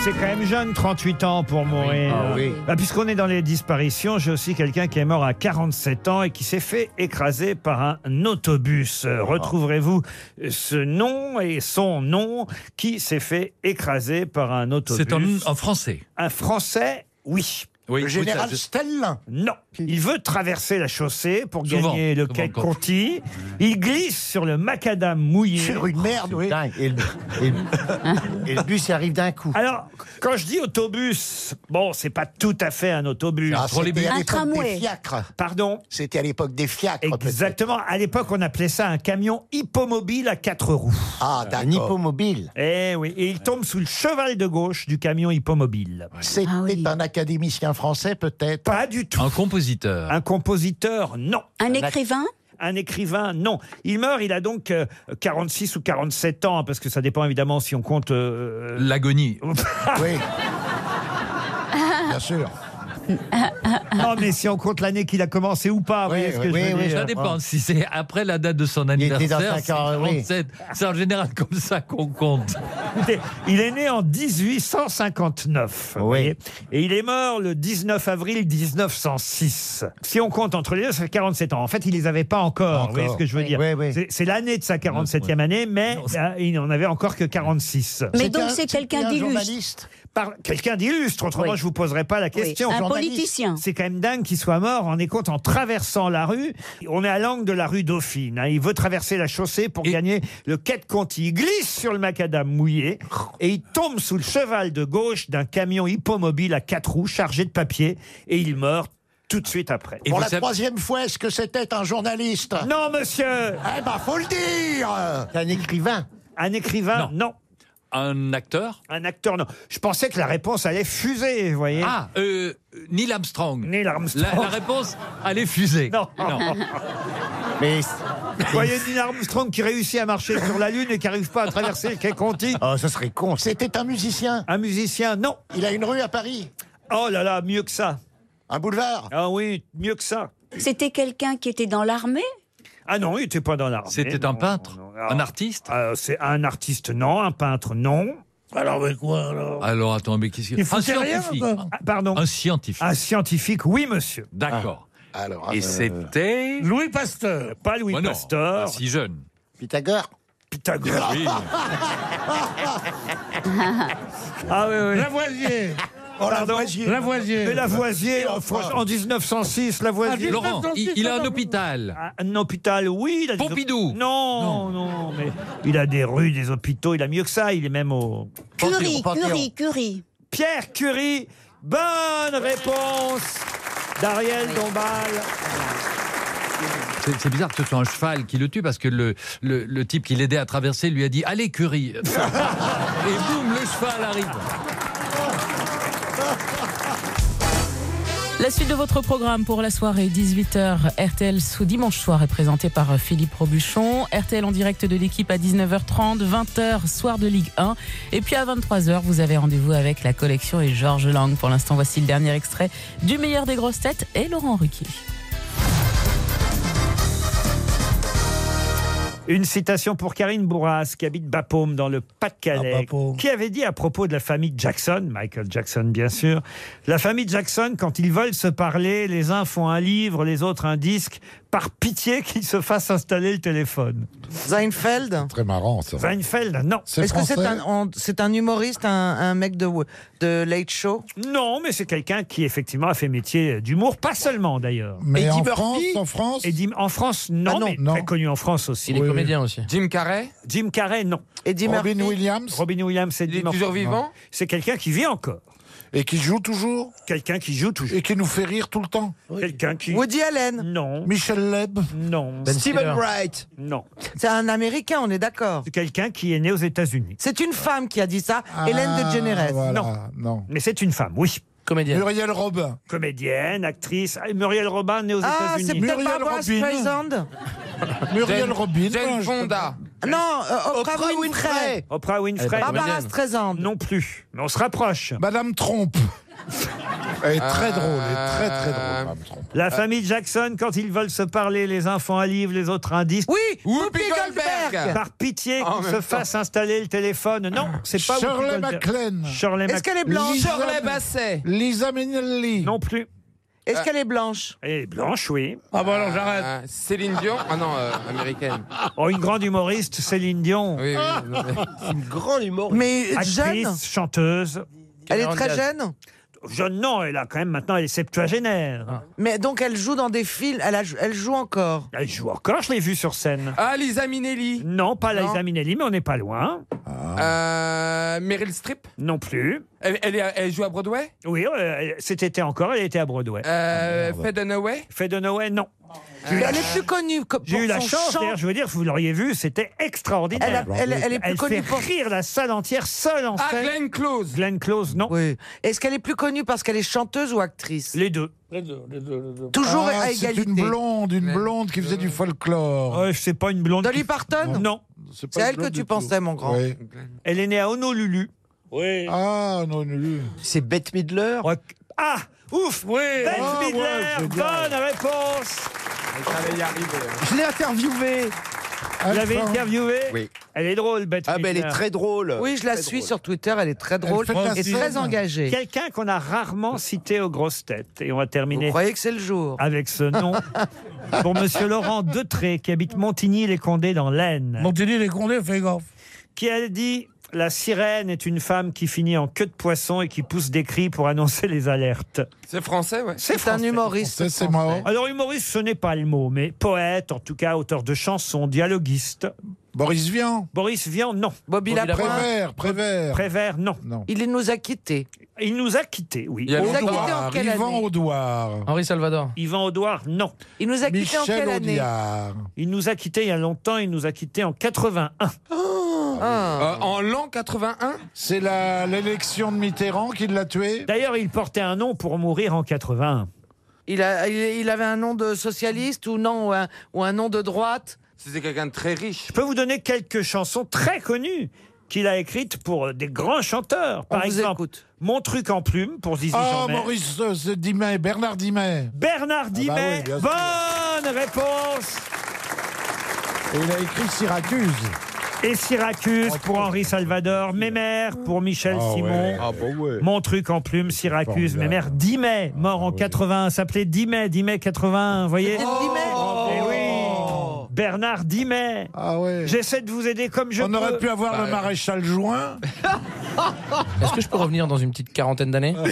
C'est quand même jeune, 38 ans pour mourir. Ah oui. Bah, Puisqu'on est dans les disparitions, j'ai aussi quelqu'un qui est mort à 47 ans et qui s'est fait écraser par un autobus. Ah. Euh, Retrouverez-vous euh, ce nom et son nom qui s'est fait écraser par un autobus C'est un, un français. Un Français, oui. Oui, Le général oui, ça, je- Stellin Non. Il veut traverser la chaussée pour Souvent, gagner le souvent, quai quand- Conti. Il glisse sur le macadam mouillé. Sur Oh, une merde, oui. Et le, et le- et le bus il arrive d'un coup. Alors, quand je dis autobus, bon, c'est pas tout à fait un autobus. Ah, c'était à Un l'époque tramway. des fiacres. Pardon C'était à l'époque des fiacres. Exactement. À l'époque, on appelait ça un camion hippomobile à quatre roues. Ah, Un hippomobile. Eh oui. Et il tombe sous le cheval de gauche du camion hippomobile. C'était un académicien français, peut-être Pas du tout. Un compositeur. Un compositeur, non. Un écrivain un écrivain, non. Il meurt, il a donc euh, 46 ou 47 ans, parce que ça dépend évidemment si on compte... euh, (laughs) L'agonie. oui, (laughs) sûr. (laughs) non, mais si on compte l'année qu'il a commencé ou pas, vous voyez ce que je veux dire. ça dépend. Si c'est après la date de son anniversaire, cinq c'est ans, oui. 47. C'est en général comme ça qu'on compte. Écoutez, il est né en 1859. vous voyez, Et il est mort le 19 avril 1906. Si on compte entre les deux, ça fait 47 ans. En fait, il les avait pas encore. Vous voyez ce que je veux dire C'est- C'est l'année de sa 47e année, mais euh, il n'en avait encore que 46. Mais donc c'est quelqu'un d'illustre. journaliste Par quelqu'un d'illustre, autrement Oui. je vous poserai pas la question. Un Journaliste. politicien. C'est quand même dingue qu'il soit mort. En compte en traversant la rue. On est à l'angle de la rue Dauphine. hein. Il veut traverser la chaussée pour gagner le quai de Conti. Il glisse sur le macadam mouillé et il tombe sous le cheval de gauche d'un camion hippomobile à quatre roues chargé de papier et il meurt tout de suite après. Pour la troisième fois, est-ce que c'était un journaliste Non, monsieur Eh ben, faut le dire Un écrivain. Un écrivain, non. Un acteur Un acteur, non. Je pensais que la réponse allait fuser, vous voyez. Ah, euh, Neil Armstrong. Neil Armstrong. La, la réponse, elle est fusée. Non. (laughs) Mais. Vous voyez Neil Armstrong qui réussit à marcher sur la Lune et qui n'arrive pas à traverser le quai Conti. Oh, ça serait con. C'était un musicien Un musicien, non. Il a une rue à Paris Oh là là, mieux que ça. Un boulevard Ah oui, mieux que ça. C'était quelqu'un qui était dans l'armée Ah non, il n'était pas dans l'armée. C'était un non, peintre non, non. Un artiste Euh, C'est un artiste, non. Un peintre, non. Alors, mais quoi alors Alors attends, mais qu'est-ce que- Il Un foutait rien, scientifique. quoi. Ah, Pardon. Un scientifique. Un scientifique, oui, monsieur. D'accord. Alors, Et c'était. Louis Pasteur. Ah. Pas Louis Ouais, Bah non, Pasteur. pas si jeune. Pythagore Pythagore. (laughs) Ah oui, oui. Lavoisier. Oh, Lavoisier. Lavoisier. Mais Lavoisier, en, France, en 1906, Lavoisier. Ah, Laurent, il- il a un hôpital. Ah, Un hôpital, oui. Il a Pompidou. Non, non, mais il a des rues, des hôpitaux, il a mieux que ça, il est même au. Curie, Panthéon, Panthéon. Curie, Curie. Pierre Curie, bonne réponse d'Ariel Dombal. C'est c'est bizarre que ce soit un cheval qui le tue parce que le, le, le type qui l'aidait à traverser lui a dit Allez, Curie Et boum, le cheval arrive. La suite de votre programme pour la soirée 18h RTL sous dimanche soir est présentée par Philippe Robuchon. RTL en direct de l'équipe à 19h30, 20h soir de Ligue 1. Et puis à 23h, vous avez rendez-vous avec la collection et Georges Lang. Pour l'instant, voici le dernier extrait du meilleur des grosses têtes et Laurent Ruquier. Une citation pour Karine Bourras, qui habite Bapaume, dans le Ah, Pas-de-Calais, qui avait dit à propos de la famille Jackson, Michael Jackson bien sûr, la famille Jackson, quand ils veulent se parler, les uns font un livre, les autres un disque, par pitié qu'ils se fassent installer le téléphone. Seinfeld Très marrant, ça. Seinfeld, non. Est-ce que c'est un, on- c'est un humoriste, un, un mec de, de Late Show Non, mais c'est quelqu'un qui effectivement a fait métier d'humour, pas seulement d'ailleurs. Mais Eddie en Murphy France, en France Eddie- En France, non, mais très connu en France aussi. Il est Oui, comédien aussi. Jim Carrey Jim Carrey, non. Eddie Robin Murphy Williams Robin Williams, c'est Il toujours vivant C'est quelqu'un qui vit encore. Et qui joue toujours Quelqu'un qui joue toujours. Et qui nous fait rire tout le temps Quelqu'un qui... Woody Allen Non. Michel Leb Non. Ben Stephen Stiller. Bright Non. C'est un Américain, on est d'accord. C'est quelqu'un qui est né aux États-Unis. C'est une femme qui a dit ça, Ah, Ah, Hélène DeGeneres. Non. Mais c'est une femme, oui. Comédienne. Muriel Robin. Comédienne, actrice. Ah, Muriel Robin, née aux Ah, c'est États-Unis. peut-être Barbara Streisand Muriel Robin. Jane Fonda. Non, euh, Oprah, Winfrey. Oprah Winfrey. Elle est pas Barbara comédienne. Streisand. Non plus. Mais on se rapproche. Madame Trompe. Elle est Euh, très drôle, elle est très très drôle. Madame Trompe. La famille Jackson, quand ils veulent se parler, les uns font un livre, les autres un disque. Oui, Whoopi Goldberg. Par pitié En qu'ils même se temps. fassent installer le téléphone. Non, c'est pas Shirley Whoopi Goldberg. MacLaine. Shirley Est-ce qu'elle est blanche Lisa- Shirley Bassey. Lisa Minnelli. Non plus. Ah. Est-ce qu'elle est blanche Elle est blanche, oui. Ah bah alors j'arrête. Euh, Céline Dion Ah non, euh, américaine. Oh, une grande humoriste, Céline Dion. Oui, oui, non, (laughs) mais- une grande humoriste. Mais Actrice, jeune chanteuse. Elle est très jeune Jeune, non, elle a quand même maintenant, elle est septuagénaire. Mais donc elle joue dans des films, elle, a- elle joue encore. Elle joue encore, je l'ai vue sur scène. Ah, Lisa Minnelli. Non, pas Non. Liza Minnelli, mais on n'est pas loin. Euh, Meryl Streep Non plus. Elle, elle est- elle joue à Broadway Oui, euh, cet été encore, elle était à Broadway. Ah, euh, Faye Dunaway Fait de Noé, non. J'ai eu la- Elle est plus connue que- pour J'ai eu la son chance, chant. d'ailleurs, je veux dire, vous l'auriez vu, c'était extraordinaire. Elle a- elle- elle est plus connue fait pour- rire la salle entière, seule en Ah, scène. Glenn Close. Glenn Close, non. Oui. Est-ce qu'elle est plus connue parce qu'elle est chanteuse ou actrice Les deux. Les deux, les deux, les deux. Toujours Ah, à c'est égalité. une blonde, une blonde qui faisait du folklore. Ouais, c'est pas une blonde. Dolly Parton Non. C'est C'est une elle que blonde tu du pensais, tout. mon grand. Ouais. Elle est née à Honolulu. Oui. Ah, non, non, non. C'est Bette Midler Ouais. Ah, ouf Oui Bette Ah, ouais, Midler, génial. bonne réponse Elle savait y arriver. hein. Je l'ai interviewée. Vous l'avez interviewée Oui. Elle est drôle, Bette Ah, ben, elle est Midler. très drôle. Oui, je la suis sur Twitter, elle est très drôle fait de la et scène. très engagée. Quelqu'un qu'on a rarement cité aux grosses têtes. Et on va terminer. Vous croyez que c'est le jour Avec ce nom. (laughs) pour Monsieur Laurent Detré, qui habite Montigny-les-Condés dans l'Aisne. Montigny-les-Condés, fais gaffe. Qui a dit La sirène est une femme qui finit en queue de poisson et qui pousse des cris pour annoncer les alertes. C'est français, ouais. C'est un humoriste. C'est français. mort. Alors, humoriste, ce n'est pas le mot, mais poète, en tout cas, auteur de chansons, dialoguiste. Boris Vian. Boris Vian, non. Bobby Lapin, Prévert, Prévert. Prévert, non. Non. il nous a quittés. Il nous a quittés, oui. Il nous a quittés en quelle Yvan année Audouard. Henri Salvador. Yvan Audouard, non. Il nous a quittés en Michel quelle année Audiard. Il nous a quittés il y a longtemps, il nous a quittés en 81. Ah. Euh, en l'an 81 C'est la- l'élection de Mitterrand qui l'a tué. D'ailleurs, il portait un nom pour mourir en 81. il, a- il, il avait un nom de socialiste ou non ou un, ou un nom de droite C'était quelqu'un de très riche. Je peux vous donner quelques chansons très connues qu'il a écrites pour des grands chanteurs. Par vous exemple, Mon truc en plume pour Zizi Ah, Jeanmaire. Maurice euh, c'est Dimet, Bernard Dimet. Bernard bah Dimet, oui, bien sûr. bonne réponse Et il a écrit Syracuse. Et Syracuse pour Henri Salvador, Mémère pour Michel Ah Simon. bah Mon truc en plume, Syracuse, mes mères, 10 mai, Ah bah mort en 81, s'appelait 10 mai, 10 mai 81, vous voyez C'était le 10 mai Eh oui Bernard Dimet. J'essaie de vous aider comme je Ah On peux. aurait pu avoir le maréchal juin. Bah. (laughs) Est-ce que je peux revenir dans une petite quarantaine d'années (laughs)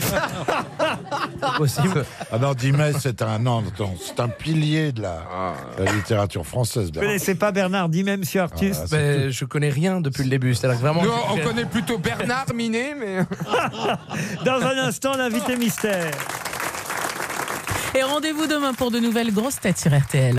Ah, Possible. Alors Dimet, c'est un, non, non, c'est un pilier de Ah. la, de la littérature française. Vous connaissez pas Bernard Dimet, monsieur Artus Mais je connais rien depuis le début. C'est-à-dire que vraiment. Nous, on connaît plutôt Bernard Minet, mais. (laughs) Dans un instant, l'invité mystère. Et rendez-vous demain pour de nouvelles grosses têtes sur RTL.